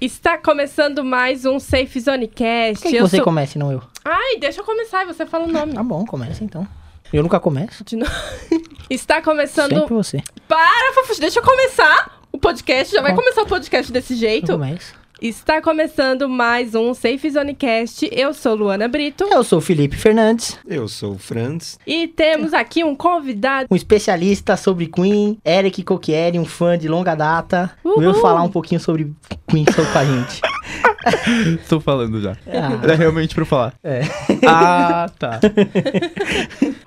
Está começando mais um Safe Zone Cast. Quer que Eu você sou- comece, não eu? Ai, deixa eu começar e você fala o nome. Tá bom, começa então. Eu nunca começo. De novo. Está começando. Sempre você. Para, Fofuxo, deixa eu começar o podcast. Já vai Bom. começar o podcast desse Eu jeito. começo. Está começando mais um Safe Zone Cast. Eu sou Luana Brito Eu sou o Felipe Fernandes, Eu sou o Franz. e temos aqui um convidado. um especialista sobre Queen, Eric Coquieri, um fã de longa data. Uhul. Veio falar um pouquinho sobre Queen só com a gente. Tô falando já. Ah, Era realmente pra eu falar. É. Ah, tá.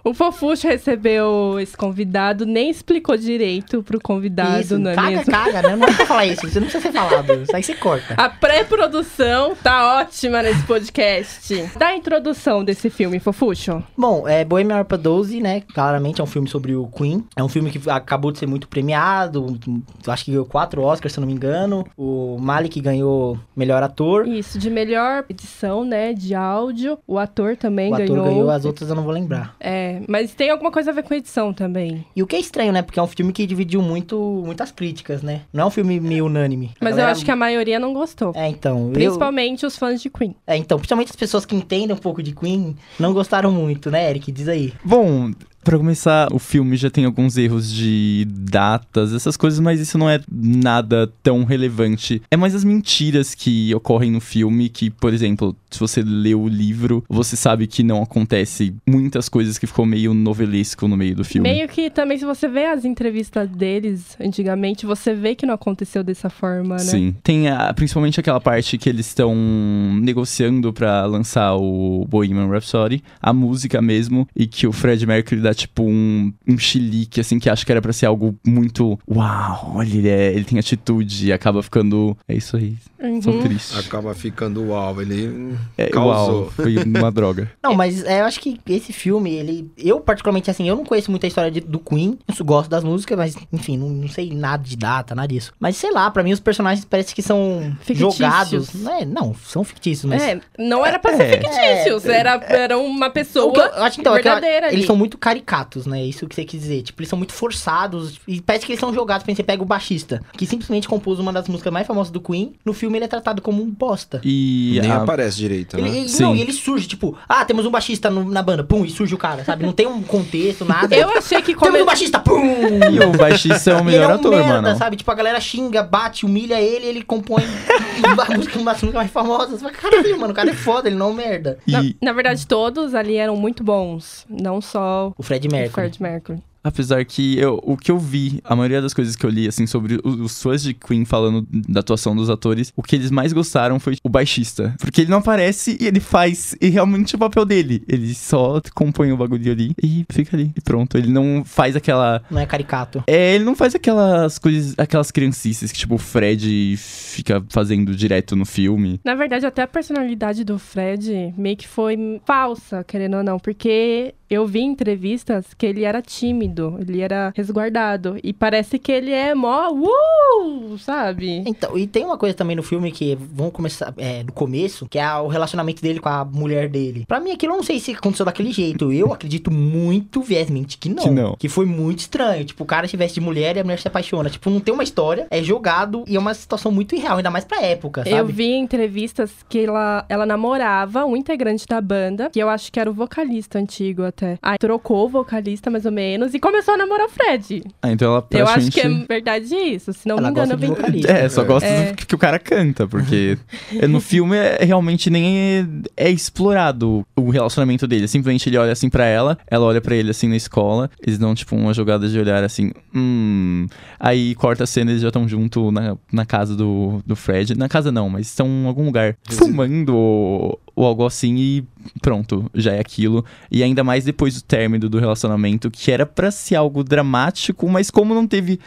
O Fofuxo recebeu esse convidado, nem explicou direito pro convidado, isso, não é caga, mesmo? caga, né? Não é pra falar isso, você não precisa ser falado. Isso aí você corta. A pré-produção tá ótima nesse podcast. Da introdução desse filme, Fofuxo. Bom, é Bohemian Rhapsody 12, né? Claramente é um filme sobre o Queen. É um filme que acabou de ser muito premiado. um- Acho que ganhou quatro Oscars, se eu não me engano. O Malik ganhou melhor ator. Isso, de melhor edição, né? De áudio. O ator também o ator ganhou. ganhou, as outras eu não vou lembrar. É, mas tem alguma coisa a ver com edição também. E o que é estranho, né? Porque é um filme que dividiu muito, muitas críticas, né? Não é um filme meio unânime. A Mas eu galera- acho que a maioria não gostou. É, então. eu- Principalmente os fãs de Queen. É, então, principalmente as pessoas que entendem um pouco de Queen não gostaram muito, né, Eric? Diz aí. Bom, pra começar, o filme já tem alguns erros de datas, essas coisas, mas isso não é nada tão relevante. É mais as mentiras que ocorrem no filme, que, por exemplo, se você lê o livro, você sabe que não acontece muitas coisas que ficou meio novelesco no meio do filme. Meio que também, se você vê as entrevistas deles antigamente, você vê que não aconteceu dessa forma, né? Sim. Tem a- principalmente aquela parte que eles estão negociando pra lançar o Bohemian Rhapsody, a música mesmo, e que o Fred Mercury dá tipo um, um chilique, assim, que acho que era pra ser algo muito uau, olha, ele, é- ele tem atitude e acaba ficando. É isso aí, sou Uhum. triste. Acaba ficando uau, ele É, causou. uau, foi uma droga. Não, mas é, eu acho que esse filme, ele. Eu, particularmente, assim, eu não conheço muita história de- do Queen. Eu gosto das músicas, mas, enfim, não, não sei nada de data, nada disso. Mas sei lá, pra mim os personagens parece que são Fictícios. jogados. Né? Não, são fictícios, mas. É, não era pra ser É. fictícios, era, era uma O que eu- pessoa. eu acho que então, é que eu- verdadeira ali. eles são muito caricatos, né? Isso que você quis dizer. Tipo, eles são muito forçados. E parece que eles são jogados. Por exemplo, Você pega o baixista, que simplesmente compôs uma das músicas mais famosas do Queen. No filme ele é tratado como um bosta. E Nem a- aparece direito, Ele, né? ele- Sim. não, e ele surge, tipo, ah, temos um baixista no- na banda, pum, e surge o cara, sabe? Não tem um contexto, nada. Eu achei que Temos come... um baixista, pum! e o baixista é o E ele melhor é um ator, merda, mano. sabe? Tipo, a galera xinga, bate, humilha ele, ele compõe uma música, uma das músicas mais famosas. Você fala, Caralho, mano, o cara é foda, ele não é um merda. E na, na verdade, todos ali eram muito bons. Não só O Fred o Mercury. Fred Mercury. Apesar que eu, o que eu vi, a maioria das coisas que eu li, assim, sobre o- os, fãs de Queen falando da atuação dos atores, o que eles mais gostaram foi o baixista. Porque ele não aparece e ele faz e realmente o papel dele. Ele só compõe o bagulho ali e fica ali. E pronto. Ele não faz aquela. Não é caricato. É, ele não faz aquelas coisas, aquelas criancices que, tipo, o Fred fica fazendo direto no filme. Na verdade, até a personalidade do Fred meio que foi falsa, querendo ou não, porque eu vi em entrevistas que ele era tímido, ele era resguardado. E parece que ele é mó. Uh, sabe? Então, e tem uma coisa também no filme que vamos começar é, do começo, que é a- o relacionamento dele com a mulher dele. Pra mim, aquilo eu não sei se aconteceu daquele jeito. Eu acredito muito viesmente que não. Que não. foi muito estranho. Tipo, o cara se veste de mulher e a mulher se apaixona. Tipo, não tem uma história, é jogado e é uma situação muito irreal, ainda mais pra época, sabe? Eu vi em entrevistas que ela, ela namorava um integrante da banda, que eu acho que era o vocalista antigo até. Aí trocou o vocalista, mais ou menos, e começou a namorar o Fred. Ah, então ela Eu acho que praticamente- é verdade isso, se não Ela me engano. gosta Eu vi... de vocalista. É, só gosta É. do que, que o cara canta, porque é, no filme é, realmente nem é, é explorado o relacionamento dele. Simplesmente ele olha assim pra ela, ela olha pra ele assim na escola, eles dão tipo uma jogada de olhar assim, hum. Aí corta a cena, eles já estão junto na, na casa do, do Fred. Na casa não, mas estão em algum lugar fumando ou, ou algo assim e pronto, já é aquilo. E ainda mais depois do término do relacionamento, que era pra ser algo dramático, mas como não teve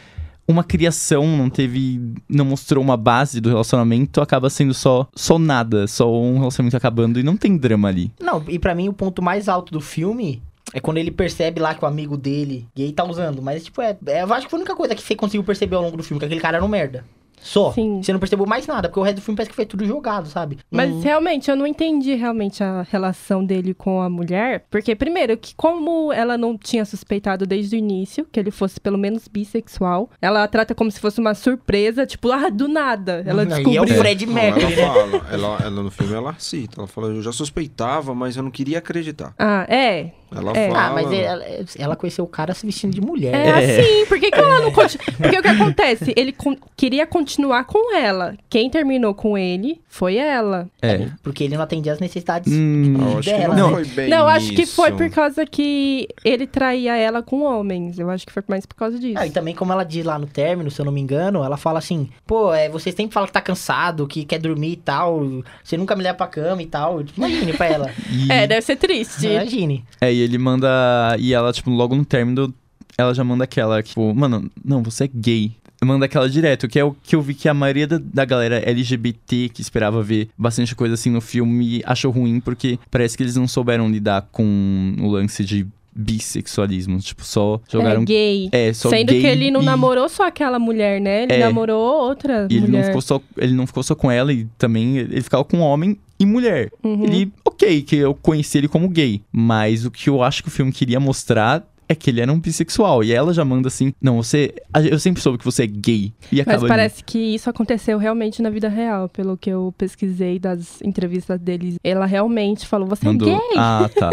uma criação, não teve. não mostrou uma base do relacionamento, acaba sendo só, só nada, só um relacionamento acabando e não tem drama ali. Não, e pra mim o ponto mais alto do filme é quando ele percebe lá que o amigo dele gay tá usando. Mas, tipo, é, é- eu acho que foi a única coisa que você conseguiu perceber ao longo do filme, que aquele cara era um merda. Só. Sim. Você não percebeu mais nada, porque o resto do filme parece que foi tudo jogado, sabe? Hum. Mas Não- realmente, eu não entendi realmente a relação dele com a mulher. Porque, primeiro, que como ela não tinha suspeitado desde o início que ele fosse pelo menos bissexual, ela a trata como se fosse uma surpresa, tipo, ah, do nada. Ela Não, e descobriu. é o Fred Não, ela Mercury, né? fala, ela, ela no filme ela cita, ela fala, eu já suspeitava, mas eu não queria acreditar. Ah, é. Ela É. fala. Ah, mas ela, ela conheceu o cara se vestindo de mulher. É, assim. Por que, que ela não continua? Porque o que acontece? Ele con- queria continuar com ela. Quem terminou com ele foi ela. É. Porque ele não atendia as necessidades. Hum, Eu acho que dela, não, né? foi bem. não, acho que isso. foi por causa que ele traía ela com homens. Eu acho que foi mais por causa disso. Ah, e também, como ela diz lá no término, se eu não me engano, ela fala assim: pô, é, você sempre fala que tá cansado, que quer dormir e tal, você nunca me leva pra cama e tal. Imagine pra ela. e, É, é, deve ser triste. Imagine. e ele manda. E ela, tipo, logo no término, ela já manda aquela, tipo, mano, não, você é gay. Manda aquela direto, que é o que eu vi que a maioria da, da galera LGBT que esperava ver bastante coisa assim no filme achou ruim, porque parece que eles não souberam lidar com o lance de bissexualismo. Tipo, só jogaram. É gay. É, só Sendo gay que ele não e- namorou só aquela mulher, né? Ele É. namorou outra E ele não, mulher. ficou só, ele não ficou só com ela e também ele ficava com um homem e mulher. Uhum. Ele, ok, que eu conheci ele como gay. Mas o que eu acho que o filme queria mostrar é que ele era um bissexual. E ela já manda assim: Não, você. Eu sempre soube que você é gay. E acaba. Mas ali. parece que isso aconteceu realmente na vida real, pelo que eu pesquisei das entrevistas deles. Ela realmente falou: você Mandou. é gay? Ah, tá.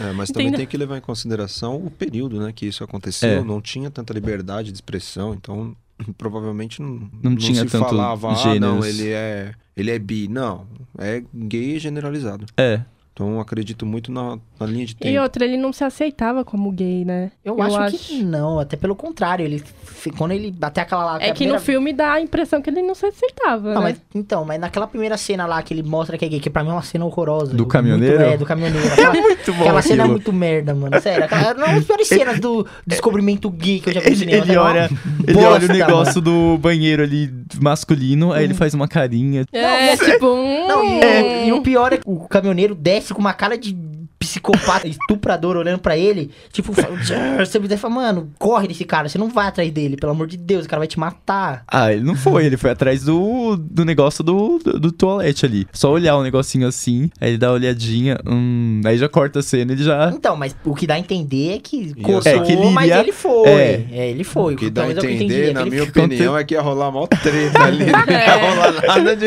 É, mas também Entendeu? tem que levar em consideração o período, né, que isso aconteceu. É. Não tinha tanta liberdade de expressão, então provavelmente não, Não tinha se tanto falava, ah, não, gêneros." ele é, ele é bi. Não, é gay generalizado. É. Então acredito muito na, na linha de E tempo. outra, ele não se aceitava como gay, né? Eu, Eu acho, acho. que não, até pelo contrário, ele. f- Quando ele bater aquela lá. É que no primeira- filme dá a impressão que ele não se aceitava. Não, né? mas, então, mas naquela primeira cena lá que ele mostra que é gay, que pra mim é uma cena horrorosa. Do Muito- caminhoneiro? é, do caminhoneiro. Aquela, Muito bom. aquela cena é aquilo. muito merda, mano. Sério, aquela, era uma das piores cenas do descobrimento gay que eu já vi no Ele, cinema. tá ele aquela lá. olha, ele bosta, olha o negócio do banheiro ali masculino, aí Uhum. ele faz uma carinha. É, tipo, um. Não, e, o- e o pior é que o caminhoneiro desce com uma cara de psicopata, estuprador, olhando pra ele. Tipo, fala, "Tchau", você me deve falar, mano, corre desse cara, você não vai atrás dele, pelo amor de Deus, o cara vai te matar. Ah, ele não foi, ele foi atrás do, do negócio do, do, do toalete ali. Só olhar um negocinho assim, aí ele dá uma olhadinha, hum, aí já corta a cena ele já. Então, mas o que dá a entender é que E cortou, é que ele mas iria- ele foi. é. É, ele foi. O que dá a Pelo menos é o que eu entender, entendi, é que na ele minha foi. opinião, é que ia rolar mal treta ali. Não ia É. rolar nada de.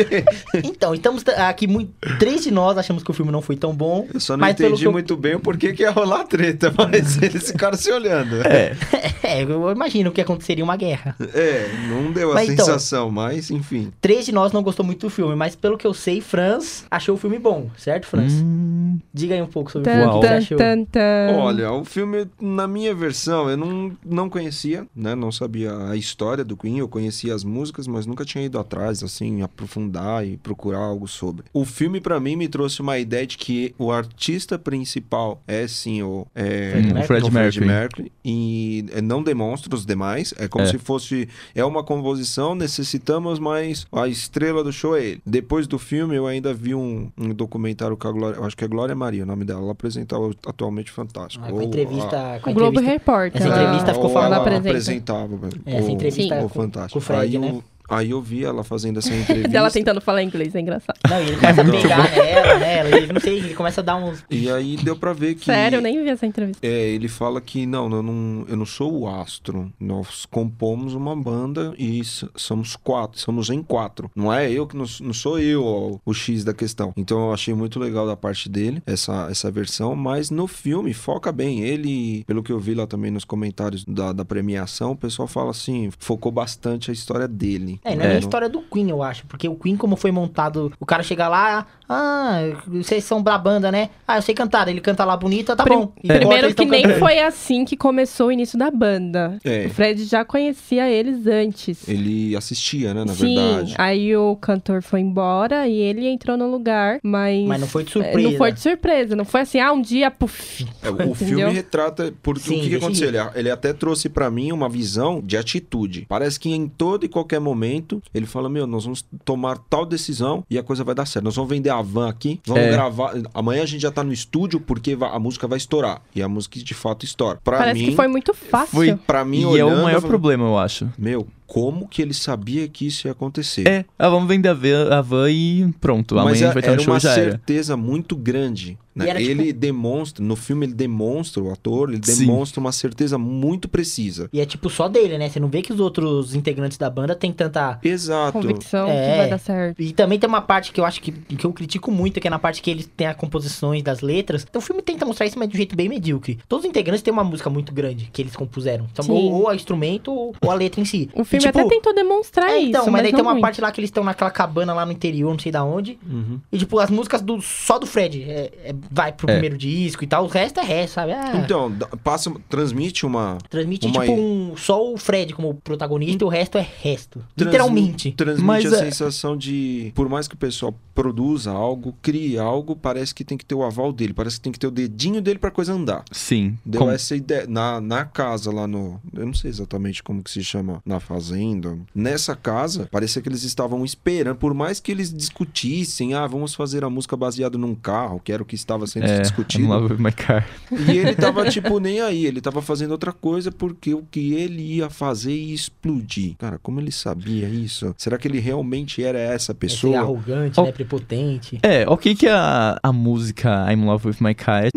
Então, estamos t- aqui, muito, três de nós achamos que o filme não foi tão bom. Eu só não mas pelo entendi que eu- muito bem o porquê que ia rolar treta, mas eles ficaram se olhando. É, É, eu imagino que aconteceria uma guerra. É, não deu a Mas então- sensação, mas enfim. Três de nós não gostou muito do filme, mas pelo que eu sei, Franz achou o filme bom, certo, Franz? Hum, Diga aí um pouco sobre o Tan, filme. Uau. o que você tan, achou? tan, tan. Olha, o filme, na minha versão, eu não, não conhecia, né? Não sabia a história do Queen, eu conhecia as músicas, mas nunca tinha ido atrás, assim, aprofundar e procurar algo sobre. O filme, pra mim, me trouxe uma ideia de que o artista principal é, sim, o... É, Fred hum, o Fred o Fred Mercury. Mercury e eh, não demonstra os demais. É como É. se fosse é uma composição, necessitamos, mas a estrela do show é ele. Depois do filme, eu ainda vi um, um documentário com a Glória, eu acho que é Glória Maria, o nome dela. Ela apresenta o Atualmente Fantástico. Ah, com a Ou a- entrevista. Com O a Globo entrevista. Repórter. Essa ela- entrevista ficou ou falando- É, ela Ela apresenta. apresentava. Essa o- entrevista o com- com Fantástico. o Fred, aí, né? eu, aí eu vi ela fazendo essa Dela entrevista. tentando falar inglês, é engraçado. Não, e ele começa a muito pegar nela, né? Ele, não sei, ele começa a dar uns. e aí deu pra ver que. Sério, eu né? nem vi essa entrevista. É, ele fala que não, eu não, eu não sou o astro. Nós compomos uma banda e s- somos quatro, somos em quatro. Não é eu que não, s- não sou eu ó, o X da questão. Então eu achei muito legal da parte dele essa, essa versão, mas no filme foca bem ele, pelo que eu vi lá também nos comentários da, da premiação, o pessoal fala assim, focou bastante a história dele. É, não é, nem a Não- história do Queen, eu acho. Porque o Queen, como foi montado, o cara chega lá, ah, vocês são da banda, né? Ah, eu sei cantar. Ele canta lá bonita, tá Prim- é. bom. E agora Primeiro eles que tão nem cantando. foi assim que começou o início da banda. É. O Fred já conhecia eles antes. Ele assistia, né, na Sim, verdade. aí o cantor foi embora e ele entrou no lugar, mas. Mas não foi de É, surpresa. Não foi de surpresa, não foi assim, ah, um dia, puf. É, o Entendeu? filme retrata porque Sim, o que, que desse aconteceu. Ele, ele até trouxe pra mim uma visão de atitude. Parece que em todo e qualquer momento ele fala: Meu, nós vamos tomar tal decisão e a coisa vai dar certo. Nós vamos vender a van aqui, vamos É. gravar. Amanhã a gente já tá no estúdio porque va- a música vai estourar. E a música de fato estoura. Pra Parece mim, que foi muito fácil. Foi- pra mim, e olhando, é o eu maior falei, problema, eu acho. Meu, como que ele sabia que isso ia acontecer. É, ah, vamos vender a van, a van e pronto. Mas amanhã a gente a- vai estar era no show uma já era. certeza muito grande. né? E era tipo, ele demonstra, no filme ele demonstra, o ator, ele Sim. demonstra uma certeza muito precisa. E é tipo só dele, né? Você não vê que os outros integrantes da banda tem tanta. Exato. Convicção É. que vai dar certo. E também tem uma parte que eu acho que, que eu critico muito, que é na parte que eles têm as composições das letras. Então, o filme tenta mostrar isso, mas de um jeito bem medíocre. Todos os integrantes têm uma música muito grande que eles compuseram. Então, Sim. ou, ou a instrumento ou ou a letra em si. O E, filme tipo, até tentou demonstrar É, isso. então, mas, aí não tem uma muito. parte lá que eles estão naquela cabana lá no interior, não sei da onde. Uhum. E, tipo, as músicas do, só do Fred é, é- vai pro É. primeiro disco e tal. O resto é resto, sabe? Ah, Então, dá- passa, transmite uma. transmite, uma tipo, aí. um, só o Fred como protagonista e o resto é resto. Transmi- Literalmente. Transmite Mas a é- sensação de, por mais que o pessoal produza algo, crie algo, parece que tem que ter o aval dele, parece que tem que ter o dedinho dele pra coisa andar. Sim. Deu com- essa ideia na, na casa lá no, eu não sei exatamente como que se chama, na fazenda. Nessa casa, parecia que eles estavam esperando, por mais que eles discutissem, ah, vamos fazer a música baseada num carro, que era o que estava sendo É, I'm discutido. love with my car. E ele tava, tipo, nem aí. Ele tava fazendo outra coisa porque o que ele ia fazer ia explodir. Cara, como ele sabia isso? Será que ele realmente era essa Esse pessoa? arrogante, Ó. né? Prepotente. É, ok que a, a música I'm love with my car é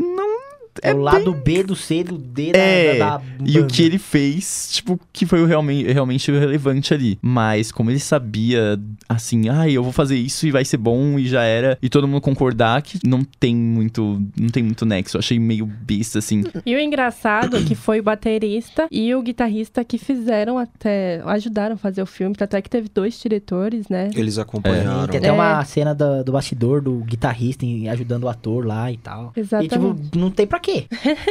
É, o lado B do C do D da, É, da, da E o banda. que ele fez, tipo, que foi o realmente, realmente o relevante ali. Mas como ele sabia, assim, ai, eu vou fazer isso e vai ser bom e já era. E todo mundo concordar que não tem muito, não tem muito nexo. Eu achei meio besta, assim. E o engraçado é que foi o baterista e o guitarrista que fizeram até. ajudaram a fazer o filme. Até que teve dois diretores, né? Eles acompanharam. Tem até É. uma cena da- do bastidor do guitarrista em- ajudando o ator lá e tal. E Exatamente. tipo, não tem pra quê.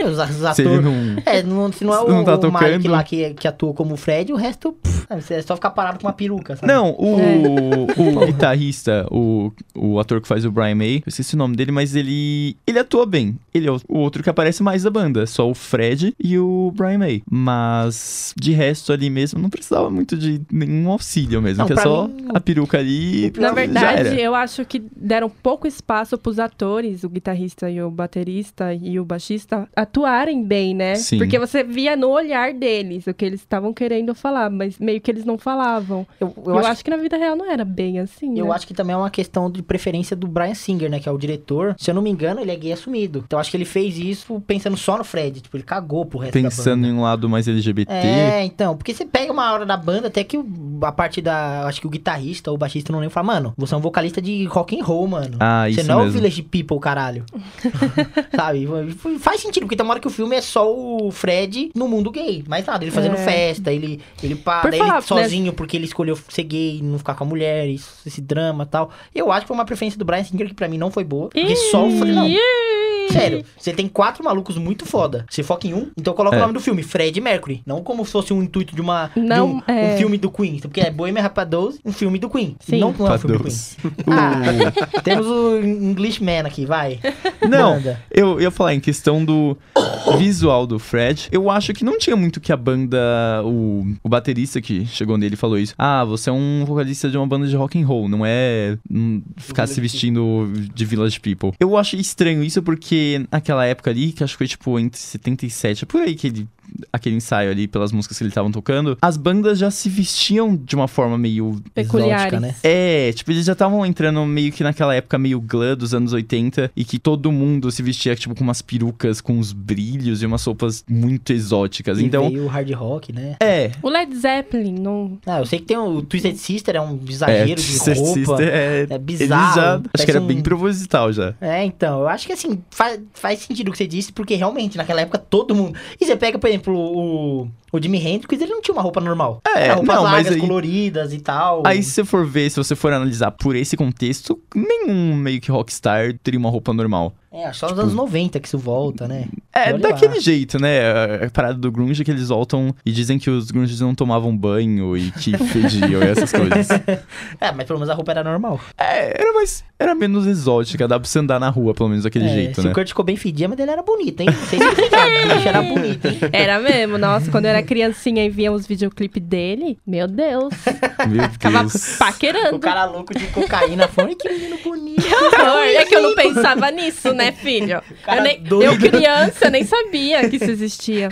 Os, os Se ele atores. não... É, não, se não é Se o, não tá o Mike tocando. lá que, que atua como o Fred, o resto pff, sabe, é só ficar parado com uma peruca, sabe? Não, É. o, Tá o guitarrista, o, o ator que faz o Brian May, eu esqueci o nome dele, mas ele ele atua bem. Ele é o, o outro que aparece mais da banda, só o Fred e o Brian May. Mas de resto ali mesmo não precisava muito de nenhum auxílio mesmo, Não, que é pra só mim, é. a peruca ali. e Na já verdade, era. eu acho que deram pouco espaço pros atores, o guitarrista e o baterista e o baixista, atuarem bem, né? Sim. Porque você via no olhar deles o que eles estavam querendo falar, mas meio que eles não falavam. Eu, Eu, eu, acho, acho... que na vida real não era bem assim. eu né? acho que também é uma questão de preferência do Brian Singer, né? Que é o diretor. Se eu não me engano, ele é gay assumido. Então eu acho que ele fez isso pensando só no Fred. Tipo, ele cagou pro resto da Pensando banda. em um lado mais LGBT. É, então, porque você pega uma hora da banda, até que o- a parte da. Acho que o guitarrista ou o baixista não lembro, fala, mano, você é um vocalista de rock and roll, mano. Ah, Você isso não é o mesmo. Village People, caralho. Sabe? Faz sentido, porque tem uma hora que o filme é só o Fred no mundo gay. Mais nada, ele fazendo É. festa, ele, ele para, Por ele falar, né? sozinho porque ele escolheu ser gay e não ficar com a mulher, isso, esse drama e tal. Eu acho que foi uma preferência do Brian Singer que pra mim não foi boa. Porque só o Fred. Não, Ih! sério, você tem quatro malucos muito foda. Você foca em um, então coloca É. o nome do filme, Fred Mercury. Não como se fosse um intuito de uma. de Não, um, é. um filme do Queen. Porque é Bohemian Rapadouse, um filme do Queen. Sim. Não, não é um filme do Queen. Padouz. Ah, temos o Englishman aqui, vai. Não, Manda. eu eu ia falar em questão do visual do Fred. Eu acho que não tinha muito que a banda. O, o baterista que chegou nele falou isso. Ah, você é um vocalista de uma banda de rock and roll, não é hum, ficar se vestindo de Village People. Eu achei estranho isso porque naquela época ali, que acho que foi tipo entre 77, é por aí que ele aquele ensaio ali pelas músicas que eles estavam tocando, as bandas já se vestiam de uma forma meio Peculiares. Exótica, né? é, tipo, eles já estavam entrando meio que naquela época meio glam dos anos 80 e que todo mundo se vestia, tipo, com umas perucas, com uns brilhos e umas roupas muito exóticas. E então, veio o hard rock, né? é. O Led Zeppelin não. Ah, eu sei que tem o Twisted Sister, é um É, exagero de Sister roupa. Sister é, É eles bizarro. já, acho parece que era um- bem proposital já. É, então, eu acho que assim, faz, faz sentido o que você disse, porque realmente, naquela época, todo mundo. E você pega, por exemplo, o, o Jimi Hendrix, ele não tinha uma roupa normal. É, Era roupas não, mas largas, aí- coloridas e tal. Aí se você for ver, se você for analisar por esse contexto, nenhum meio que rockstar teria uma roupa normal. É, acho que só tipo- nos anos 90 que isso volta, né? É, Olha lá. daquele jeito, né? A parada do grunge é que eles voltam e dizem que os grunges não tomavam banho e que fediam e essas coisas. É, mas pelo menos a roupa era normal. É, era mais. Era menos exótica, dá pra você andar na rua, pelo menos daquele É, jeito, se né? o Kurt ficou bem fedia, mas ele era bonito, hein? Não sei se você sabe, o bicho era bonito, hein? Era mesmo, nossa, quando eu era criancinha e via os videoclipes dele, meu Deus. Meu Tava Deus. O paquerando. cara louco de cocaína falando, "Ai, que menino bonito. É que eu não pensava nisso, né, filho? Cara eu, nem- doido. eu criança, nem sabia que isso existia.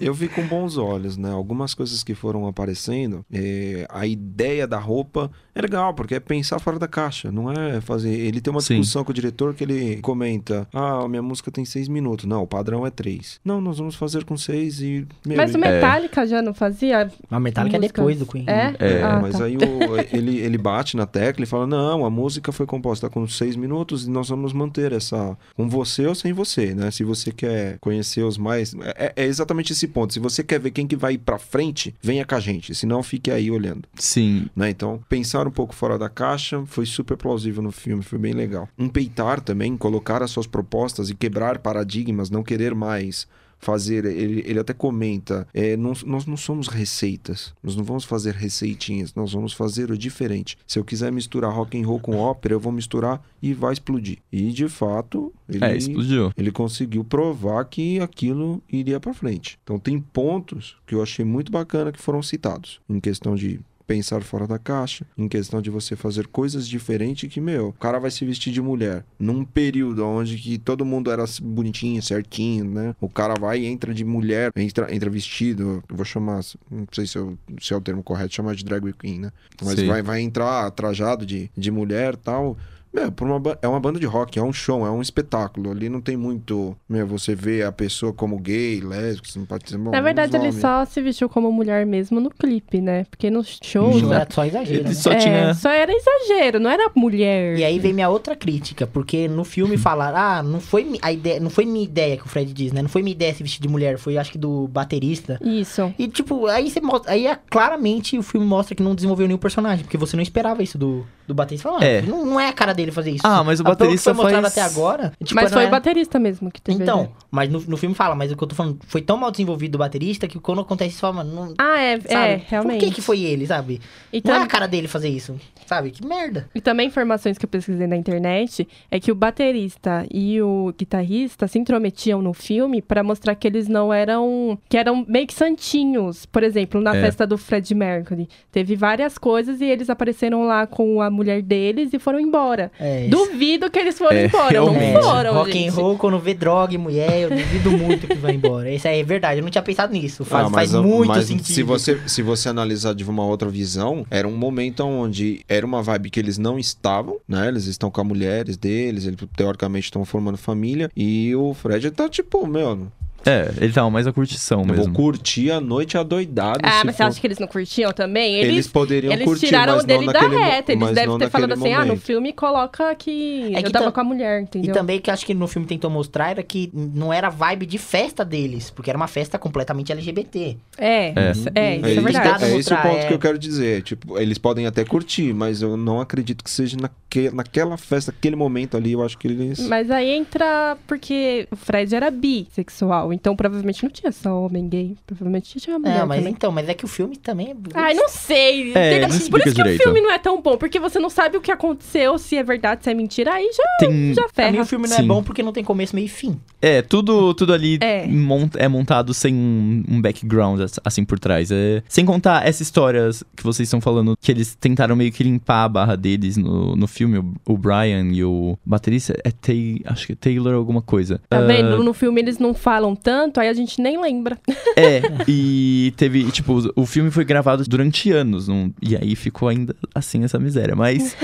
Eu vi com bons olhos, né? Algumas coisas que foram aparecendo, eh, a ideia da roupa é legal, porque é pensar fora da caixa, não é fazer. Ele tem uma Sim. discussão com o diretor que ele comenta: ah, minha música tem seis minutos. Não, o padrão é três. Não, nós vamos fazer com seis e. meu, Mas o e- Metallica já não fazia? Mas Metallica é Música. depois do Queen. É? É, Ah, mas tá. aí o- ele, ele bate na tecla e fala: Não, a música foi composta com seis minutos e nós vamos manter essa. Com você ou sem você, né? Se você quer conhecer os mais. É, é exatamente esse ponto. Se você quer ver quem que vai ir pra frente, venha com a gente. Senão fique aí olhando. Sim. né? Então, pensar um pouco fora da caixa foi super plausível no filme, foi bem legal. Empeitar também, colocar as suas propostas e quebrar paradigmas, não querer mais fazer. Ele, ele até comenta: é, não- nós não somos receitas, nós não vamos fazer receitinhas, nós vamos fazer o diferente. Se eu quiser misturar rock and roll com ópera, eu vou misturar e vai explodir. E de fato, ele É, explodiu. ele conseguiu provar que aquilo iria pra frente. Então tem pontos que eu achei muito bacana que foram citados em questão de pensar fora da caixa, em questão de você fazer coisas diferentes que, meu, o cara vai se vestir de mulher num período onde que todo mundo era bonitinho, certinho, né? O cara vai e entra de mulher, entra, entra vestido, eu vou chamar, não sei se, eu- se é o termo correto, chamar de drag queen, né? Mas Sim. vai, vai entrar trajado de, de mulher e tal, meu, pra uma ba- é uma banda de rock, é um show, é um espetáculo. Ali não tem muito. Meu, você vê a pessoa como gay, lésbico, simpatizante. bom, Na verdade, uns ele homens. só se vestiu como mulher mesmo no clipe, né? Porque no show. Hum. Isso era só exagero, né? Ele só é, tinha. só era exagero, não era mulher. E aí vem minha outra crítica, porque no filme falaram, ah, não foi mi- a ideia, não foi minha ideia que o Fred diz, né? Não foi minha ideia se vestir de mulher, foi acho que do baterista. Isso. E tipo, aí você mostra, aí é, claramente o filme mostra que não desenvolveu nenhum personagem, porque você não esperava isso do, do baterista. Fala, "Ah, É. não, não é a cara dele fazer isso. Ah, mas o A pouco baterista que foi mostrado faz- até agora. tipo, mas não foi era- o baterista mesmo que teve. né? Então, mas no, no filme fala, mas o que eu tô falando, foi tão mal desenvolvido o baterista que quando acontece isso, fala, mano, não, Ah, é, sabe? é realmente. Então Por que que foi ele, sabe? E Não é a tam- cara dele fazer isso, sabe? Que merda. E também informações que eu pesquisei na internet é que o baterista e o guitarrista se intrometiam no filme pra mostrar que eles não eram. que eram meio que santinhos. Por exemplo, na É. festa do Fred Mercury. Teve várias coisas e eles apareceram lá com a mulher deles e foram embora. É, Duvido que eles foram É, embora. realmente. Não foram, rock gente. and roll, quando vê droga e mulher, eu duvido muito que vai embora. Isso aí é verdade, eu não tinha pensado nisso. Faz, Ah, faz mas- muito mas sentido. Se você, se você analisar de uma outra visão, era um momento onde era uma vibe que eles não estavam, né? Eles estão com as mulheres deles, eles teoricamente estão formando família. E o Fred tá tipo, meu, É, ele tava mais a curtição eu vou mesmo. curtir a noite adoidado. Ah, se tipo, mas você for- acha que eles não curtiam também? eles, Eles, poderiam eles curtir, tiraram mas o dele não da naquele mo- reta. Eles mas devem não ter falado naquele assim: ah, no momento. filme coloca que, É que eu tava tam- com a mulher, entendeu? E também que eu acho que no filme tentou mostrar era que não era vibe de festa deles, porque era uma festa completamente LGBT. É, É. isso- é, isso é isso- verdade. é esse o Mostrar, ponto é. que eu quero dizer. Tipo, eles podem até curtir, mas eu não acredito que seja naque, naquela festa, aquele momento ali. Eu acho que eles. Mas aí entra porque o Fred era bissexual, então provavelmente não tinha só homem gay, provavelmente tinha mulher Não, mas também. então, mas é que o filme também é. Ai, não sei. É, Tem- não Por explica isso que direito. o filme não é tão bom, porque você não sabe o que aconteceu, se é verdade, se é mentira, aí já, Tem, já Pra mim ferra. o filme não é Sim. bom porque não tem começo, meio e fim. É, tudo, tudo ali É. mon- é montado sem um, um background ass- assim por trás. É, sem contar essa história que vocês estão falando, que eles tentaram meio que limpar a barra deles no, no filme, o, o Brian e o baterista, é Tay, acho que é Taylor alguma coisa. Tá Ah, vendo? No filme eles não falam tanto, aí a gente nem lembra. É, e teve, e, tipo, o- o filme foi gravado durante anos, não- e aí ficou ainda assim essa miséria, mas...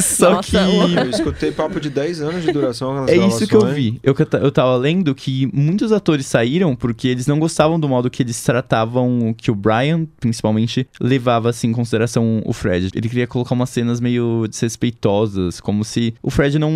Só Nossa, que... o- Eu escutei papo de 10 anos de duração. nas É isso que eu gravações. vi. Eu, que ta- eu tava lendo que muitos atores saíram porque eles não gostavam do modo que eles tratavam, o que o Brian, principalmente, levava assim, em consideração o Fred. Ele queria colocar umas cenas meio desrespeitosas, como se o Fred não,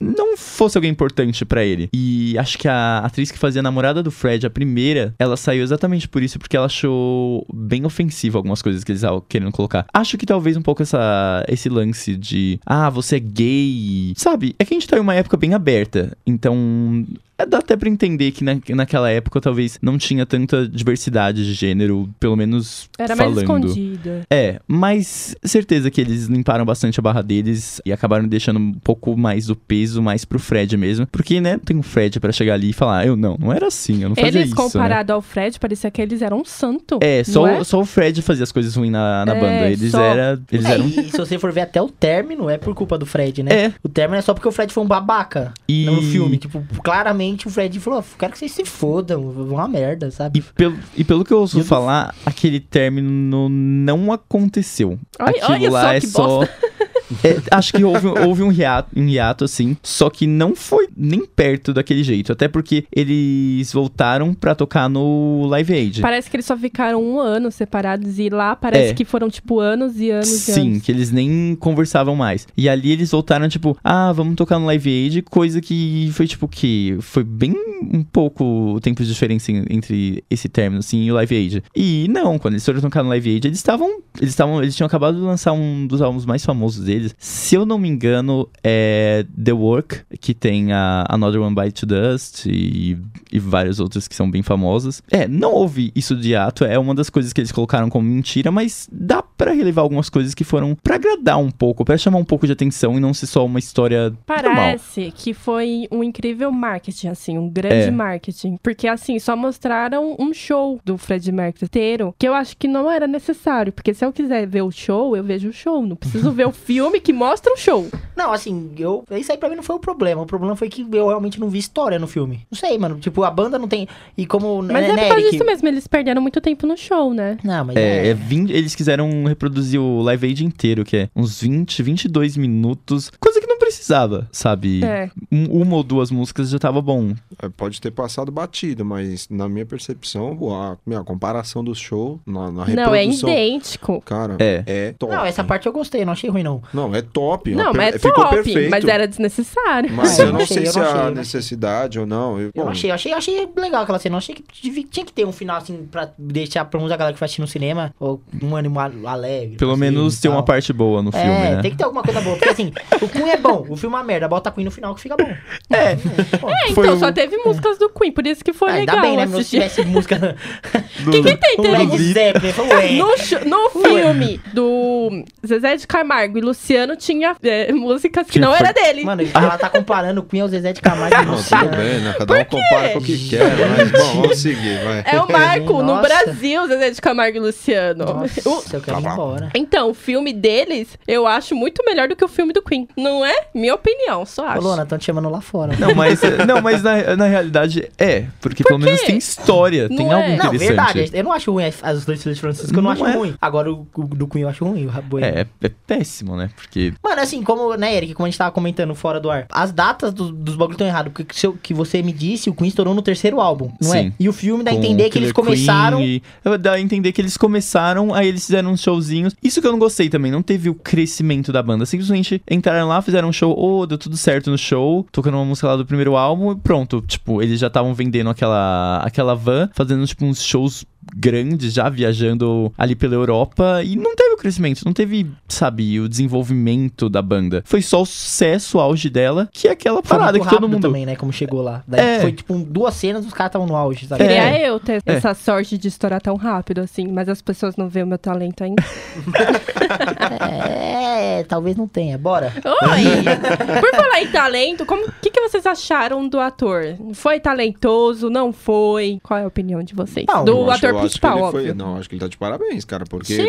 não fosse alguém importante pra ele. E acho que a atriz que fazia a namorada do Fred, a primeira, ela saiu exatamente por isso, porque ela achou bem ofensivo algumas coisas que eles estavam querendo colocar. Acho que talvez um pouco essa, esse lance de, ah, você é gay. Sabe, é que a gente tá em uma época bem aberta. Então, é, dá até pra entender que na, naquela época talvez não tinha tanta diversidade de gênero, pelo menos Era mais falando. escondida. É, mas certeza que eles limparam bastante a barra deles e acabaram deixando um pouco mais do peso mais pro Fred mesmo. Porque, né, tem um Fred pra chegar ali e falar, eu não, não, não era assim, eu não fazia Eles, isso. né? comparado ao Fred, parecia que eles eram um santo. É, só, não é? O, só o Fred fazia as coisas ruins na, na É, banda. Eles, só. era, eles É, eram. e se você for ver até o término, é por culpa do Fred, né? É, O término é só porque o Fred foi um babaca e. no filme. Tipo, claramente o Fred falou, "Ah, quero que vocês se fodam, uma merda, sabe? E pelo, e pelo que eu ouço Eu não- falar, aquele término não aconteceu. Olha- Aquilo olha lá só é que só. É, acho que houve, houve um, hiato, um hiato, assim. Só que não foi nem perto daquele jeito. Até porque eles voltaram pra tocar no Live Aid. Parece que eles só ficaram um ano separados e lá parece É. que foram, tipo, anos e anos e Sim, anos. que eles nem conversavam mais. E ali eles voltaram, tipo, ah, vamos tocar no Live Aid, coisa que foi, tipo, que foi bem um pouco o tempo de diferença en- entre esse término, assim, e o Live Aid. E não, quando eles foram tocar no Live Aid, eles estavam, eles estavam, eles tinham acabado de lançar um dos álbuns mais famosos deles. Se eu não me engano, é The Work, que tem a Another One Bite to Dust e e várias outras que são bem famosas. É, não houve isso de ato, é uma das coisas que eles colocaram como mentira, mas dá pra relevar algumas coisas que foram pra agradar um pouco, pra chamar um pouco de atenção e não ser só uma história Tá normal. Parece que foi um incrível marketing, assim, um grande É. marketing. Porque, assim, só mostraram um show do Fred Mercury inteiro, que eu acho que não era necessário. Porque se eu quiser ver o show, eu vejo o show. Não preciso ver o filme que mostra o show. Não, assim, eu. Isso aí pra mim não foi o problema. O problema foi que eu realmente não vi história no filme. Não sei, mano. Tipo, a banda não tem. E como. Mas né, é né, por causa Eric? disso mesmo, eles perderam muito tempo no show, né? Não, mas. É, é 20 eles quiseram reproduzir o Live Aid inteiro, que é uns 20, 22 minutos, coisa que não precisava, sabe? É. Um- uma ou duas músicas já tava bom. É, Pode ter passado batido, mas na minha percepção, a minha comparação do show na, na reprodução... Não, é idêntico. Cara, É. é top. Não, essa parte eu gostei, não achei ruim, não. Não, é top. Não, Per- mas é Ficou top, perfeito. mas era desnecessário. Mas Eu eu não achei, sei eu se não achei, eu há não necessidade ou não. Eu, Eu bom, achei, eu achei, eu achei legal aquela cena. Eu achei que devia- tinha que ter um final, assim, pra deixar pra uns a galera que vai assistir no cinema, ou um ânimo a- alegre. Pelo assim, menos e ter tal. uma parte boa no filme, é, né? tem que ter alguma coisa boa. Porque assim, o Queen é bom, o filme é uma merda, bota Queen no final que fica bom. É, pô. É, Foi então, um- só teve músicas do Queen, por isso que foi Ah, legal ainda bem, né? meu, Se assistir. tivesse música. Do- que tem, um tem Led música? Zeppelin, foi ué. No, sh- no filme do Zezé de Camargo e Luciano tinha é, músicas que Tinha não fa- era dele. Mano, ela tá comparando o Queen ao Zezé de Camargo e não, Luciano. tudo bem, né? Cada um compara com o que quer, mas bom, vamos seguir, vai. É o Marco no Nossa. Brasil, Zezé de Camargo e Luciano. O- Nossa, eu quero ir embora. Então, o filme deles eu acho muito melhor do que o filme do Queen. Não é? Minha opinião, só Ô, acho. Lona, estão te chamando lá fora. Não, mas, não, mas na, na realidade é. Porque pelo menos tem história, Não tem é. algo Não, Não, interessante. verdade. Eu não acho ruim as- as Leis de Francisco, eu não, Não acho é. ruim. Agora o, o do Queen eu acho ruim, o Rabo É, é, é péssimo, né? Porque. Mano, assim, como, né, Eric, como a gente tava comentando fora do ar, as datas do- dos bagulhos estão erradas. Porque se eu- que você me disse, o Queen estourou no terceiro álbum, não é? Sim. E o filme dá a com entender que eles Killer Queen começaram. e- Dá a entender que eles começaram, aí eles fizeram uns showzinhos. Isso que eu não gostei também, não teve o crescimento da banda. Simplesmente entraram lá, fizeram um show, oh, deu tudo certo no show, tocando uma música lá do primeiro álbum e pronto. Tipo, eles já estavam vendendo aquela, aquela van, fazendo, tipo, uns shows grandes já viajando ali pela Europa e não teve o crescimento, não teve, sabe, o desenvolvimento da banda. Foi só o sucesso, o auge dela, que é aquela Foi parada muito que todo rápido mundo também, né? Como chegou lá. Daí É. Foi tipo duas cenas, os caras estavam no auge, sabe? Queria É. eu ter É. essa sorte de estourar tão rápido assim, mas as pessoas não veem o meu talento ainda. É, talvez não tenha. Bora. Oi! Por falar em talento, como que, que vocês acharam do ator? Foi talentoso? Não foi? Qual é a opinião de vocês? Não, do Eu acho- ator eu acho que principal, ele foi- óbvio. não, acho que ele tá de parabéns, cara, porque...